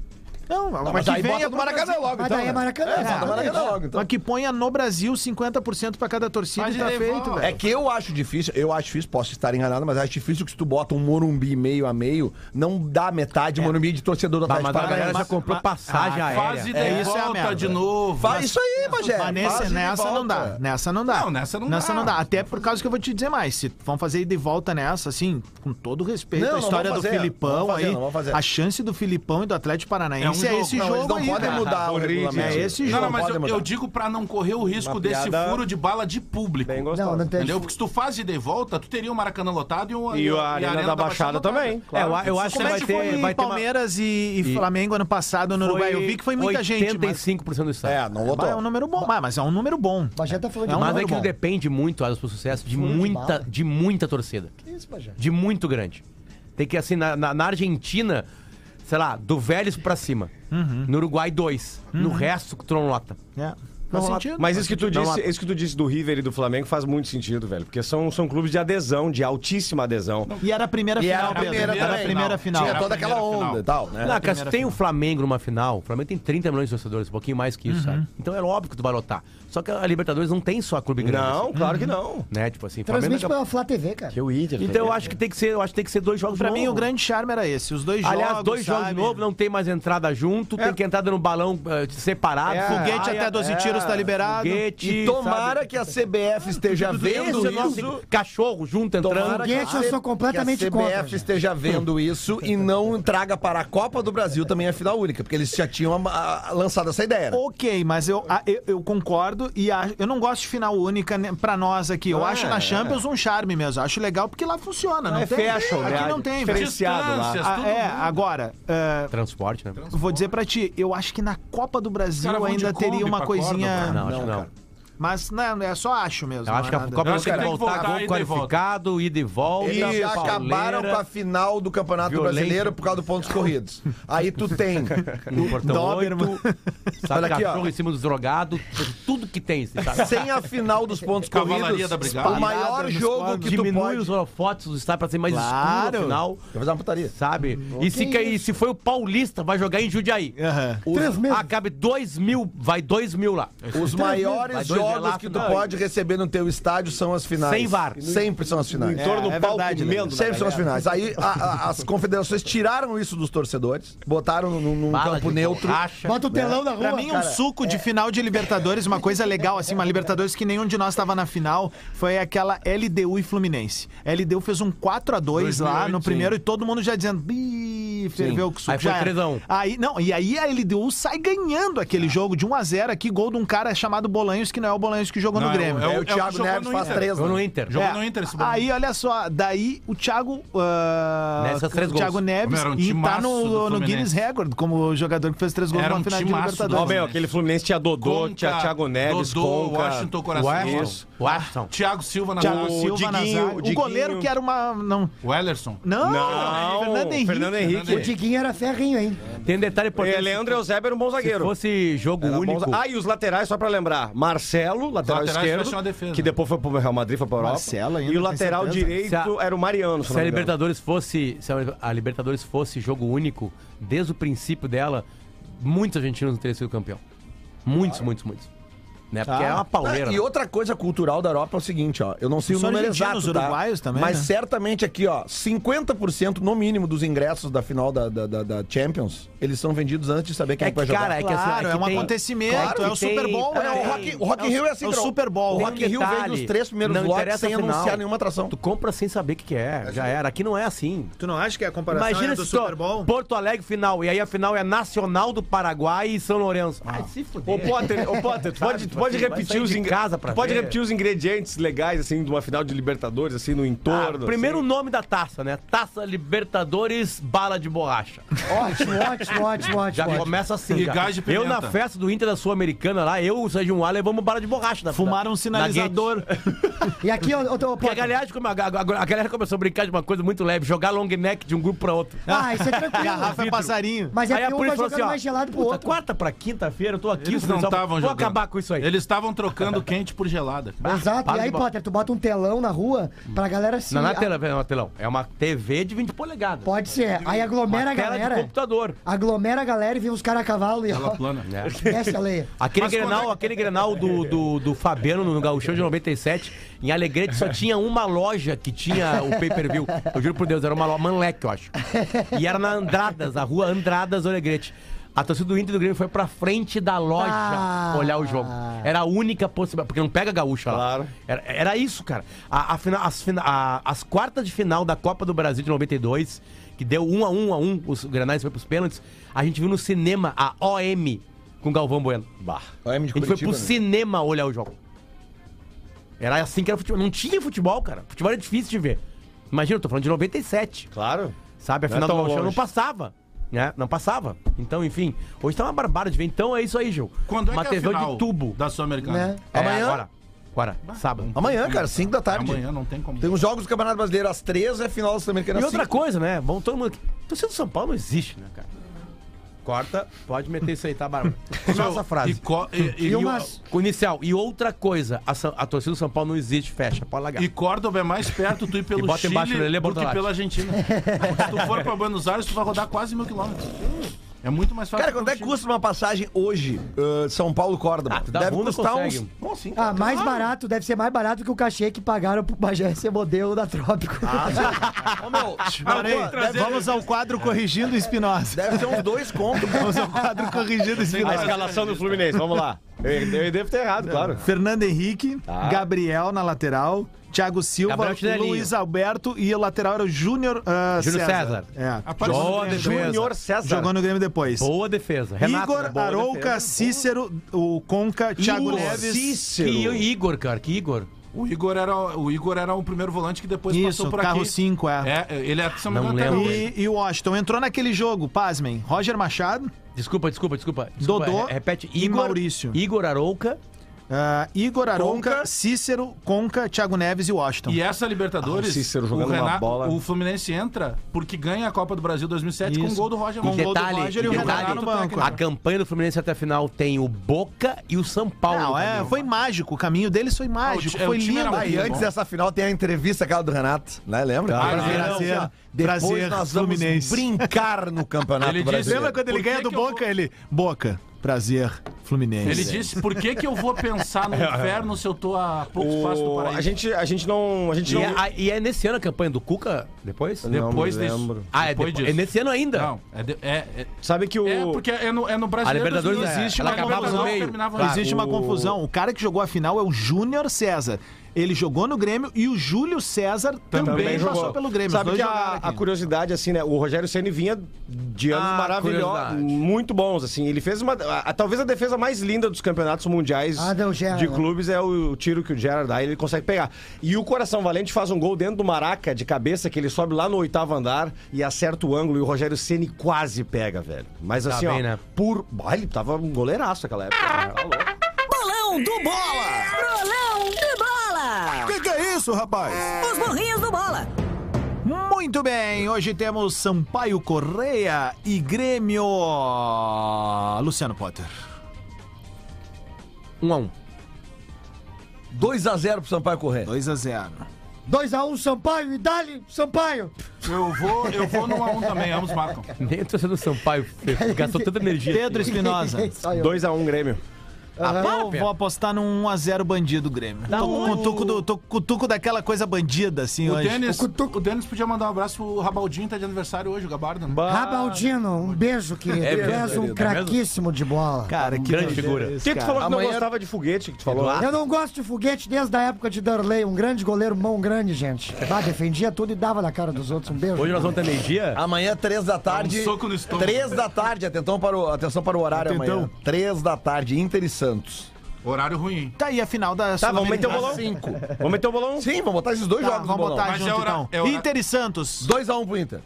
B: Não, mas,
D: Mas
B: que
D: aí
B: venha
D: bota do
B: pro
D: Maracanã
B: Brasil.
D: logo,
E: Mas
D: então.
E: daí é Maracanã.
D: É, bota do
E: exatamente.
D: Maracanã logo, então.
B: Mas que ponha no Brasil 50% pra cada torcida
F: Mas
B: e tá
F: ele
B: feito,
F: volta.
B: velho.
D: É que eu acho difícil, eu acho difícil, posso estar enganado, mas acho difícil que se tu bota um Morumbi meio a meio, não dá
B: É.
D: metade Morumbi de torcedor do
H: Bah,
D: Atlético
H: mas a galera
D: Paranaense.
H: já
B: Ah,
H: comprou passagem
F: Fase
H: aérea.
F: de
B: É, isso é a
F: volta
B: merda.
F: de novo.
D: Faz isso aí,
B: Mas
D: Bagé.
B: nesse-
D: faz e
B: nessa não
D: é volta.
B: dá. Nessa não dá.
F: Não, nessa não dá.
B: Até por causa que eu vou te dizer mais. Se vão fazer ida e volta nessa, assim, com todo respeito
D: Não,
B: à
D: não
B: história
D: vão
B: do
D: fazer. Não
B: Filipão
D: vão fazer,
B: aí,
D: não vão fazer.
B: a chance do Filipão e do Atlético
F: É um
B: Paranaense é,
F: jogo.
B: esse
F: Não,
B: jogo
D: Eles não
B: aí,
D: podem
B: cara.
D: mudar o
I: Corrige,
D: regulamento.
B: é esse
D: Eles
F: Não, não, mas
D: podem
F: eu,
D: mudar.
F: eu digo pra não correr o risco
I: Uma
F: desse
I: piada-
F: furo de bala de público.
I: Bem
E: Não,
I: gostoso.
E: não tem.
F: Entendeu? Porque se tu faz ida e volta, tu teria o Maracanã lotado e, o,
I: E a Arena
F: tá
I: da Baixada
F: lotada.
I: também.
H: É, eu, eu acho que
B: Como é
H: vai
B: que foi
H: ter. Vai ter uma-
B: Palmeiras e, e Flamengo ano passado no Uruguai? Eu vi que foi muita gente, mas
H: 85% do estado.
D: É, não lotou.
B: mas é um número bom. Mas mas é um número bom.
E: Bagé tá falando
B: É
E: de
B: um
H: mas
E: bola.
H: é que
B: bom.
H: depende muito olha, do sucesso de
E: Fundo de
H: muita,
E: bala.
H: de muita torcida.
E: Que isso, Bagé?
H: De muito grande. Tem que, assim, na, na- na Argentina, sei lá, do Vélez pra cima.
B: Uhum.
H: No Uruguai, dois. No resto, tronlota.
B: É. Faz sentido.
I: Mas isso que, tu
H: Não,
I: disse,
H: a-
I: isso que tu disse do River e do Flamengo faz muito sentido, velho. Porque são, são clubes de adesão, de altíssima adesão.
B: E era a primeira
D: E
B: final,
D: era a primeira
B: Pedro. Era a
D: também.
B: primeira final.
D: Tinha toda aquela
F: Primeira final.
D: onda e tal, né?
H: Não, cara, se
B: É primeira
H: tem
B: final.
H: o Flamengo numa final, o Flamengo tem 30 milhões de torcedores, um pouquinho mais que
B: Uhum.
H: isso, sabe? Então é óbvio que tu vai lotar. Só que a Libertadores não tem só clube grande.
I: Não,
H: assim,
I: claro que não.
H: né? Tipo assim,
E: Transmite
H: Flamengo.
E: pela Flá TV, cara.
I: Que o Inter.
H: Então eu acho que tem que ser, eu acho que tem que ser dois jogos
B: Pra
H: novos.
B: mim, o grande charme era esse. Os dois jogos.
H: Aliás, dois jogos né?
B: sabe?
D: É.
H: novos, não tem mais entrada junto, tem que entrada no balão eh, separado.
B: É.
D: Ah,
B: Foguete até 12 tiros Pinheiros tá liberado.
H: Foguete,
D: E tomara que a CBF esteja vendo
H: Esse é nosso
D: isso.
H: cachorro junto entrando.
D: Tomara que a
E: Foguete, eu
D: C-
E: sou completamente
D: que a CBF
E: contra.
D: esteja vendo isso e não traga para a Copa do Brasil também a final única, porque eles já tinham ah, lançado essa ideia. né?
B: Ok, mas eu, a- eu, eu concordo e a- eu não gosto de final única né, pra nós aqui. Eu acho na Champions um charme mesmo. Acho legal porque lá funciona. Não
G: é
B: tem,
G: fashion,
B: aqui
G: né?
B: não tem. velho.
G: Diferenciado lá.
F: Distâncias,
B: Ah,
F: tudo
B: é,
F: muda.
B: agora, é,
H: Transporte, né?
B: vou dizer pra ti, eu acho que na Copa do Brasil
F: caras vão de
B: ainda
F: Kombi
B: teria uma
F: pra
B: coisinha.
D: Ah,
F: Córdoba,
H: Não, acho que não.
B: Mas não, é só acho mesmo.
H: Eu acho que
B: não
H: a
B: é nada.
H: Copa
F: Eu
H: não
F: acho que
H: tem que
F: tem que
H: voltar
F: voltar,
H: gol
F: ida e volta.
H: qualificado, ida e volta.
D: Eles já
H: pauleira.
D: acabaram com a final do Campeonato
H: Violência.
D: Brasileiro por causa do pontos corridos. Aí tu tem.
H: No portão
D: Doberman.
H: oito, sabe,
D: Olha aqui, ó.
H: cachorro em cima dos drogados, tudo que tem, assim, sabe?
D: Sem a final dos pontos
F: Cavalaria
D: corridos,
F: da Brigada.
D: o maior
B: Nos
D: jogo que tu
H: Diminui os
D: pode...
H: holofotes do estádio pra ser mais
B: Claro.
H: escuro no final,
D: Vai fazer uma putaria. Hum.
H: sabe? E se, ca- e se foi o Paulista, vai jogar em Jundiaí.
D: É.
B: Aham.
H: Os-
E: Três meses.
H: Ah, cabe dois mil, vai dois mil lá.
D: Os maiores
H: Vai
D: jogos
H: dois relatos,
D: que tu
H: não.
D: pode receber no teu estádio são as finais.
H: Sem VAR.
D: Sempre são as finais.
G: torno do
B: é
G: palco
B: verdade, né?
G: comendo, né,
D: Sempre são as
G: galera?
D: finais. Aí a- a- as confederações tiraram isso dos torcedores, botaram num, num
H: Bala
D: campo
H: de
D: neutro.
H: borracha.
E: Bota o telão na rua.
B: Pra mim, um
E: cara. é.
B: suco de final de Libertadores, uma coisa legal, assim, uma Libertadores que nenhum de nós estava na final, foi aquela LDU e Fluminense. LDU fez um 4x2 lá
F: 2008,
B: no
F: sim.
B: primeiro e todo mundo já dizendo, "Ih, ferveu que o suco
H: Aí foi
B: já era."
H: três a um.
B: Aí, não, e aí a LDU sai ganhando
F: É.
B: aquele jogo de 1x0 aqui, gol de um cara chamado Bolanhos, que não é o Bolanhos que jogou
F: Não,
B: no
F: é o-
B: Grêmio. É.
F: é
D: Aí o
F: que
D: Thiago
F: jogou
D: Neves
F: no
D: faz
F: Inter.
D: 3
H: Jogou no Inter.
F: Jogou no Inter esse Bolanhos.
B: Aí, olha só, daí o Thiago. ah,
H: Nessas três
B: o
H: gols.
B: Thiago Neves
F: Era um
B: e tá
F: timaço
B: no,
F: do
B: no
F: Fluminense.
B: Guinness Record como jogador que fez três gols
F: Era
B: na
F: um
B: final de
F: timaço do
B: Libertadores.
F: Ó,
G: Ó, meu, aquele Fluminense tinha Dodô,
F: Conca,
G: tinha Thiago Neves,
F: Dodô,
G: Conca,
F: Washington Coração.
G: Washington.
F: Isso. Ah,
H: Washington.
F: Thiago Silva na
B: Thiago
F: zaga.
B: Silva Tá na
G: Diguinho,
B: zaga.
G: o
B: O,
G: Diguinho.
B: goleiro que era uma. Não.
F: O Ellerson.
B: Não,
G: Não,
B: Fernando Henrique.
G: Fernando Henrique.
E: O Diguinho era ferrinho, hein?
D: Ah.
H: Tem um detalhe
G: É,
H: importante.
G: Leandro Eusébio era um bom
H: se
G: zagueiro.
H: fosse jogo
G: Era bom
H: único,
G: za- Ah, e os laterais, só pra lembrar. Marcelo, lateral
F: laterais fecham a
G: esquerdo,
F: defesa.
G: que depois foi pro Real Madrid, foi pra Europa.
B: Marcelo ainda,
G: e o
B: tem
G: lateral
B: certeza?
G: direito
H: né? Se a-
G: era o Mariano, se
H: se
G: não
H: a
G: me engano.
H: Libertadores fosse, se a- a Libertadores fosse jogo único, desde o princípio dela, muitos argentinos não teriam sido campeão. Muitos, muitos, muitos. Né? Porque é uma pauleira.
D: Ah, e
H: né?
D: outra coisa cultural da Europa é o seguinte, ó. Eu não sei o
B: São
D: número
B: argentinos,
D: exato, tá?
B: uruguaios também,
D: Mas
B: né?
D: certamente aqui, ó, 50% no mínimo dos ingressos da final da, da, da- da Champions, eles são vendidos antes de saber quem
H: É
D: vai
H: que,
D: jogar.
H: cara, é que assim,
B: Claro, é,
H: é que
B: um
H: tem-
B: acontecimento,
H: claro que
B: é o Super
H: tem-
B: Bowl.
H: é,
B: né?
D: o Rock, o Rock in Rio é assim,
B: é o
D: cara,
B: Super Bowl.
D: O
H: Tem
D: Rock in Rio
H: detalhe,
D: vende os três primeiros
H: não
D: lotes
H: interessa
D: sem
H: a final.
D: anunciar nenhuma atração.
H: Tu compra sem saber o que, que é. Já era. Aqui não é assim.
B: Tu não acha que a comparação
H: Imagina
B: é do
H: se tu-
B: Super Bowl?
H: Porto Alegre final, e aí a final é Nacional do Paraguai e São Lourenço. Ah, se fuder.
G: Ô Potter, ô Potter, tu pode, tu
H: tipo
G: pode
H: assim, vai
G: repetir
H: sair
G: os
H: de
G: ingre-
H: casa pra
G: tu pode
H: ver.
G: repetir os ingredientes legais assim de uma final de Libertadores assim no
H: Ah,
G: entorno.
H: primeiro o
G: assim.
H: nome da taça, né? Taça Libertadores Bala de Borracha.
E: Ótimo, ótimo, ótimo, ótimo.
H: Já
E: ótimo.
H: começa assim.
F: E
H: já.
F: gás de pimenta.
H: Eu na festa do Inter da Sul-Americana lá, eu, o Sérgio Moá, levamos bala de borracha na
B: Fumaram um
H: na- na
B: sinalizador.
E: E aqui, ó, eu tô.
H: Porque a galera, de- a, a- a galera começou a brincar de uma coisa muito leve, jogar long neck de um grupo pra outro.
E: Ah, isso é tranquilo.
B: Garrafa é passarinho.
E: Mas
H: aí
E: é
H: a
E: que um
H: polícia
E: vai
H: falou
E: jogando
H: assim, ó,
E: mais gelado pro
H: puta,
E: outro.
H: quarta pra quinta-feira, eu tô aqui,
F: Eles
H: o
F: não
H: pessoal-
F: estavam
H: Vou
F: jogando.
H: acabar com isso aí.
F: Eles estavam trocando quente por gelada.
E: Exato.
H: Bala
E: E
H: de
E: aí,
H: borracha.
E: Potter, tu bota um telão na rua pra galera se.
H: Não, não é tela, não é telão. É uma TV de 20 polegadas.
E: Pode ser. Aí
H: uma
E: aglomera a
H: tela de
E: galera.
H: computador.
E: Aglomera a galera e vê os caras a cavalo e ó.
F: Plana.
E: Desce a lei.
H: Aquele
F: Mas
H: grenal,
F: quando é-
H: aquele grenal do, do, do Fabiano no Gauchão de 97, em Alegrete só tinha uma loja que tinha o pay-per-view. Eu juro por Deus, era uma loja Manlec, eu acho. E era na Andradas, a rua Andradas do Alegrete. A torcida do Inter e do Grêmio foi pra frente da loja
E: Ah.
H: olhar o jogo. Era a única possibilidade, porque não pega gaúcha lá.
G: Claro.
H: Era, era isso, cara. A, a fina- as, fina- a- as quartas de final da Copa do Brasil de 92, que deu um a um a um, os granais foi pros pênaltis, a gente viu no cinema a OM com Galvão Bueno.
D: OM de
H: a gente foi pro
D: Curitiba, né?
H: cinema olhar o jogo. Era assim que era futebol. Não tinha futebol, cara. Futebol era difícil de ver. Imagina, eu tô falando de 97.
G: Claro.
H: Sabe? A
G: Não é
H: final do
G: tão
H: Gauchão não
G: longe.
H: passava. Né? Não passava. Então, enfim, hoje tá uma barbada de ver. Então é isso aí, Gil.
F: Quando é
H: uma
F: que é a
H: TV
F: final
H: de tubo.
F: da Sul-Americana?
E: Né?
H: É,
D: Amanhã?
H: Agora. Agora, sábado.
D: Amanhã, É, cara, 5 da tarde.
F: Amanhã não tem como.
D: Tem os jogos do Campeonato Brasileiro às 13 é final da Sul-Americana.
H: E outra
D: cinco.
H: coisa, né? Vamos todo mundo. Torcida do São Paulo não existe, né, cara? Corta, pode meter isso aí, tá, Bárbara? Só essa
F: E,
H: frase.
F: co- e, e-
E: E
F: e-
E: umas.
H: Com inicial. E outra coisa, a, Sa- a torcida do São Paulo não existe, fecha, pode largar.
F: e Córdoba é mais perto tu ir pelo
H: bota
F: Chile
H: embaixo, Lelê,
F: do
H: bota
F: que
H: lá.
F: pela Argentina. Se tu for pra Buenos Aires, tu vai rodar quase mil quilômetros. É muito mais fácil.
D: Cara, quanto é que
F: pelo Chile.
D: custa uma passagem hoje, ah, São Paulo-Córdoba?
H: Ah, tu dá
D: Deve
H: bunda,
D: custar
H: consegue.
D: uns... Bom, sim,
E: Ah, mais barato, deve ser mais barato que o cachê que pagaram pro Bagé ser modelo da Trópico.
H: Ah,
D: Ô, meu,
B: Parei. Vamos ao quadro corrigindo Espinosa.
D: deve ser uns dois contos.
B: Vamos ao quadro corrigindo
G: A
B: Espinosa.
H: né?
G: escalação do Fluminense, vamos lá. Eu, eu devo ter errado, claro.
B: Fernando Henrique, Gabriel na lateral, Thiago Silva,
H: Gabriel Chinelinho.
B: Luiz Alberto e o lateral era o Júnior ah,
H: Júnior César.
B: É.
F: Rapaz,
H: Boa defesa.
G: Júnior César.
B: Jogou no Grêmio depois.
H: Boa defesa. Renato, né?
B: Igor,
H: Boa
B: Arouca,
H: defesa.
B: Cícero, o Conca, Thiago Neves.
H: Cícero. Que Igor, cara, que Igor.
F: O Igor era o Igor era um primeiro volante que depois
B: Isso,
F: passou por
B: carro
F: aqui.
B: 5, é.
F: É, ele é, se não me
H: Não
F: engano, até
H: lembro.
F: hoje.
B: E, e o Washington entrou naquele jogo, pasmem. Roger Machado,
H: Desculpa, desculpa, desculpa. desculpa.
B: Dodô
H: Re- repete.
B: e
H: Igor,
B: Maurício.
H: Igor Arouca.
B: ah, Igor Arouca, Cícero, Conca, Thiago Neves e é Washington.
F: E essa Libertadores,
G: Ah, o Cícero
F: o,
G: jogando uma
F: Renato,
G: bola.
F: o Fluminense entra porque ganha a Copa do Brasil 2007 com
B: Isso.
F: um gol do Roger
B: Com
H: E
B: gol do
H: detalhe,
B: Roger e
H: e
B: o Renato
H: detalhe
B: no banco.
H: a campanha do Fluminense até a final tem o Boca e o São Paulo.
B: Não, é,
H: Camilo.
B: foi mágico. Ah, O caminho deles foi mágico.
F: ti- é, o
B: foi
F: time era
B: lindo.
F: muito
D: Aí
F: Bom.
D: antes dessa final tem a entrevista aquela do Renato, né?
B: Ah,
D: Lembra?
F: Tá.
D: Ele
F: Prazer,
D: falou assim, ó,
B: prazer,
D: Depois
B: prazer,
D: nós vamos
B: Fluminense."
D: brincar no Campeonato
F: Ele disse-
D: Brasileiro.
B: Lembra quando ele né?
F: Por
B: ganha
F: que
B: do
F: que eu
B: Boca?
F: vou-
B: Ele, Boca, prazer, Fluminense.
F: Ele disse: por que, que eu vou pensar no inferno se eu tô a poucos passos do
G: O-
F: paraíso?
G: a, gente, a gente não. A gente
H: E
G: não
H: é, a- e é nesse ano a campanha do Cuca depois?
F: Depois
G: me
F: disso.
G: lembro.
H: Ah, é,
F: depois
H: depois- é nesse ano ainda?
F: Não, é, de- é, é-
G: Sabe que o.
F: é porque é no, é no
H: A
F: Brasileiro.
H: Libertadores
F: não
H: é,
F: existe,
H: ela
F: mas
H: acabava no
F: Libertadores
H: meio.
F: terminava
H: Claro.
F: no-
B: Existe uma
G: o-
B: confusão. O cara que jogou a final é o Júnior César. Ele jogou no Grêmio e o Júlio César também, passou
G: jogou.
B: pelo Grêmio. Os
G: Sabe
B: dois
G: que
B: jogaram
G: a,
B: aqui.
G: a curiosidade, assim, né? O Rogério Ceni vinha de anos
H: Ah,
G: maravilhosos,
H: curiosidade.
G: muito bons, assim. Ele fez uma. a- a- talvez a defesa mais linda dos campeonatos mundiais
E: Ah, não, Gerrard.
G: de clubes é o, tiro que o Gerard dá e ele consegue pegar. E o Coração Valente faz um gol dentro do Maraca de cabeça, que ele sobe lá no oitavo andar e acerta o ângulo. E o Rogério Ceni quase pega, velho. Mas
B: Tá
G: assim,
H: bem,
G: ó,
H: né?
G: por. Ah, ele tava um goleiraço naquela época. né?
B: Ah,
G: Tá louco.
K: Bolão do Bola! Bolão do Bola!
A: Que que é isso, rapaz?
K: Os burrinhos do Bola!
B: Muito bem, hoje temos Sampaio Correia e Grêmio. Luciano Potter.
H: Um a um.
D: 2x0 pro Sampaio correr.
B: 2 a 0
E: 2x1 Sampaio e dali, Sampaio.
F: Eu vou, eu vou no A1 também, ambos marcam.
H: Nem o torcedor do Sampaio fe- gastou tanta energia.
B: Pedro Espinosa.
E: Só eu.
G: 2x1 Grêmio.
B: Eu vou apostar num 1x0 bandido Grêmio. Tô com, o cutuco do, tô com o cutuco daquela coisa bandida, assim,
F: O
B: hoje.
F: Denis, o Denis podia mandar um abraço pro Rabaldinho, tá de aniversário hoje, o Gabardo. né?
E: Rabaldino, um beijo, querido.
H: Ah. É
E: É
H: mesmo,
E: és um
H: querido, é
E: craquíssimo de bola.
B: Cara, que
H: Grande figura.
B: isso,
G: Quem que tu
B: cara.
G: falou que não
D: amanhã-
G: gostava de foguete que tu falou?
E: Eu não gosto de foguete desde a época de Darley, um grande goleiro, mão grande, gente. Bah, defendia tudo e dava na cara dos outros. Um beijo.
H: Hoje nós vamos ter meio-dia.
D: Amanhã, 3 da tarde.
F: um soco no estômago.
D: 3 da tarde, atenção para o, atenção para o horário amanhã. 3 da tarde, Inter e Santos.
F: Horário ruim, hein?
B: Tá aí a final da
G: Tá,
D: então
G: vamos meter o bolão.
D: 5.
G: Vamos meter o bolão?
D: Sim, vamos botar esses dois
B: Tá,
D: jogos no
B: vamos
D: bolão.
B: botar
F: Mas
B: junto,
F: é hora-
B: então.
F: é hora-
B: Inter e Santos.
D: 2x1 pro Inter.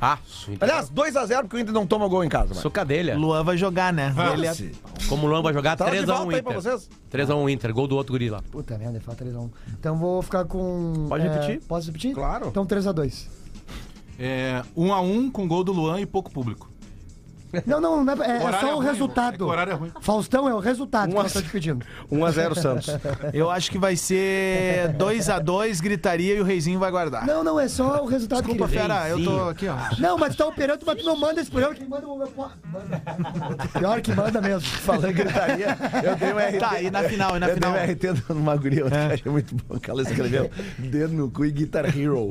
H: Ah, su-
D: Aliás, 2x0 porque o Inter não toma gol em casa, mano.
H: sou cadelha.
B: Luan vai jogar, né? Ele é-
H: é. Como o Luan vai jogar
D: Tá de
H: 3x1
D: volta aí pra
H: Inter.
D: vocês.
H: 3x1 Inter, gol do outro guri lá.
E: Puta merda, falta 3x1. Então vou ficar com.
H: Pode
E: é,
H: repetir?
E: Posso repetir?
H: Claro.
E: Então 3x2.
F: É, um a um com gol do Luan e pouco público.
E: Não, não, não é, é- é
F: horário é
E: só o
F: ruim, é que
E: resultado.
F: o horário é ruim.
E: Faustão é o resultado que
G: Um a-
E: nós estamos te pedindo.
G: 1x0 Santos.
B: Eu acho que vai ser 2x2, gritaria e o Reizinho vai guardar.
E: Não, não, é só o resultado
B: Desculpa,
E: que
B: fera, eu tô aqui, ó.
E: Não, mas tá operando, mas tu não manda esse programa, quem manda é o meu. po- Manda. Pior que manda mesmo.
D: Falando gritaria, eu dei um RT.
B: Tá, e na final, e na
D: eu
B: final?
D: dei um RT numa guria, ontem, que eu achei muito bom que ela escreveu dedo no cu e Guitar Hero.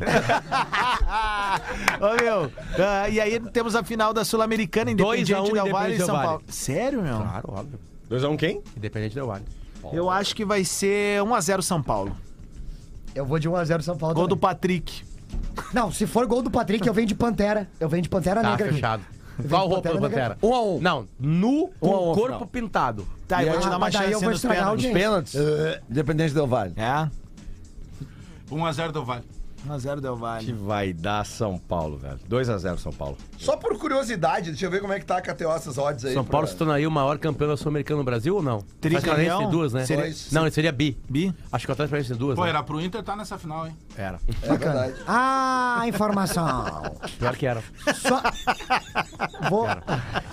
B: Ô, meu. ah, e aí temos a final da Sul-Americana, Independiente
H: 2 a 1
B: Del Valle e
H: Independiente Del
B: São
H: Valle. Tá
B: Paulo. Sério, meu?
G: 2x1 quem?
H: Independente do Vale.
B: Eu acho que vai ser 1x0 São Paulo.
E: Eu vou de 1x0 São Paulo.
B: Gol do
E: também.
B: Patrick.
E: Não, se for gol do Patrick, eu venho de Pantera. Eu venho de Pantera
H: Tá,
E: Negra. aqui.
H: fechado. Qual roupa do Pantera? 1 a 1 Não, nu com
D: a um,
H: corpo
D: final.
H: pintado.
B: Tá, eu vou
E: aí?
B: te dar uma
E: Ah, mas daí
B: chance
E: eu vou
B: nos
E: estragar
B: pênaltis.
E: alguém.
D: Pênaltis, eh, Independente Del Vale.
B: É,
F: 1x0 do Vale.
B: 1x0 Del Valle.
G: vai dar São Paulo, velho. 2x0 São Paulo.
D: Só por curiosidade, deixa eu ver como é que tá a KTO essas odds aí.
H: São Paulo se tornaria o maior campeão da Sul-Americana no Brasil ou não?
B: Tricampeão?
H: Mas Paranaense tem duas, né?
D: Seria-
H: Não, ele seria bi.
B: Bi?
H: Acho que o Atlético Paranaense tem duas,
F: Pô,
H: né?
F: era pro Inter tá nessa final, hein?
H: Era.
E: Ah, informação.
H: Pior que era.
E: Só... Vou...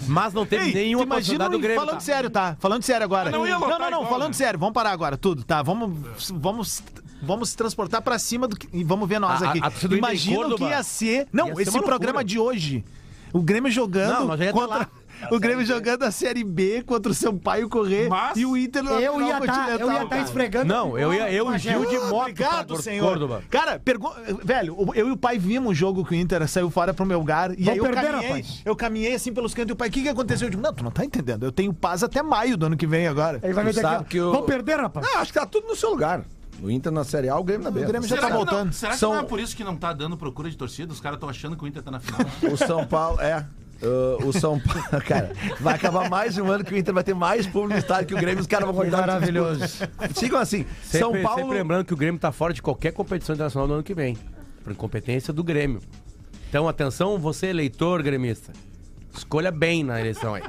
H: Mas não teve
B: Ei,
H: nenhuma
B: tu imagina
F: um
H: possibilidade do
B: o-
H: Grêmio.
B: Falando
H: tá?
B: sério, tá? Falando sério agora.
F: Ah, não ia
B: não,
F: lotar
B: não, não,
F: igual,
B: falando
F: né?
B: sério. Vamos parar agora, tudo, tá? Vamos, vamos, vamos se transportar pra cima do que, e vamos ver nós
H: A- a-
B: aqui.
H: a torcida do Inter em
B: Imagina o que
H: Córdoba.
B: ia ser. Não,
H: Ia ser
B: esse
H: uma
B: programa
H: loucura.
B: de hoje. O Grêmio jogando
H: Não, nós já ia tá
B: contra,
H: lá.
B: o Grêmio jogando a Série B contra o Sampaio correr
F: Mas
B: e o Inter na
E: Eu
B: final
E: ia tá- eu ia
B: continental,
E: tá
B: cara.
E: esfregando.
H: Não, eu ia eu e Gil de moto
B: Ah, Obrigado,
H: pra
B: senhor.
H: Córdoba.
B: Cara, pergu- velho, o- eu e o pai vimos o jogo que o Inter saiu fora pro meu lugar. E
E: Vão
B: aí eu
E: perder,
B: caminhei,
E: rapaz.
B: eu caminhei assim pelos cantos e o pai, o que, que aconteceu? Eu digo, não, tu não tá entendendo. Eu tenho paz até maio do ano que vem agora.
H: É,
E: Ele vai meter
D: sabe
E: aqui. ó.
D: que eu-
E: Vão perder, rapaz.
D: Ah, acho que tá tudo no seu lugar. O Inter na Série A, o Grêmio na B.
B: O Grêmio já
F: Será
B: tá
F: que não-
B: voltando.
F: será que
D: São-
F: não é por isso que não tá dando procura de torcida? Os caras estão achando que o Inter tá na final.
D: O São Paulo, é. Uh, o São Paulo, cara, vai acabar mais um ano que o Inter vai ter mais público no estádio que o Grêmio, os caras vão continuar. Maravilhoso. Sigam assim.
H: Sempre-
D: São Paulo.
H: Sempre lembrando que o Grêmio tá fora de qualquer competição internacional no ano que vem. Por incompetência do Grêmio. Então, atenção, você eleitor gremista. Escolha bem na eleição aí.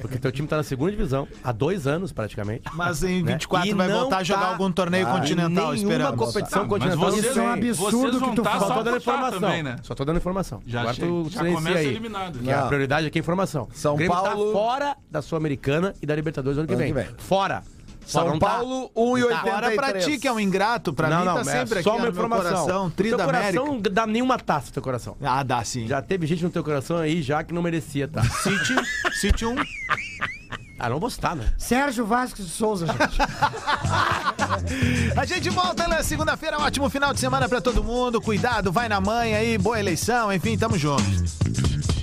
H: Porque teu time tá na segunda divisão, há dois anos praticamente.
F: Tá,
B: Mas em
H: né?
B: 24
H: E
B: vai
H: não
B: voltar a jogar
H: tá
B: algum torneio
H: em
B: continental,
H: nenhuma
B: esperamos.
H: competição
F: Tá, mas
H: continental.
F: vocês-
H: Isso é um absurdo.
E: absurdo
F: Vocês vão
E: que tu
F: tá
E: fala.
H: Só tô
F: só
H: dando
F: pra puxar
H: informação.
F: também, né?
H: Só tô dando informação.
F: Já,
H: Agora
F: achei-
H: tu
F: já
H: silencia
F: começa
H: aí.
F: eliminado.
H: Que a prioridade aqui é informação.
D: São
H: o Grêmio
D: Paulo-
H: tá fora da Sul-Americana e da Libertadores ano que
D: Ano
H: vem.
D: que vem.
H: Fora. Fora,
D: São
H: não tá.
D: Paulo, 1,83.
B: Agora pra ti, que é um ingrato, pra mim tá
H: é
B: sempre aqui
H: só uma
B: ó, no meu
H: informação.
B: coração. Tri
H: teu
B: da América.
H: coração não dá nenhuma taça, teu coração.
B: Ah, dá sim.
H: Já teve gente no teu coração aí já que não merecia, tá?
B: City, City 1.
H: ah, não vou citar, né?
E: Sérgio Vasques de Souza, gente.
B: A gente volta na segunda-feira. é um Ótimo final de semana pra todo mundo. Cuidado, vai na mãe aí. Boa eleição. Enfim, tamo junto.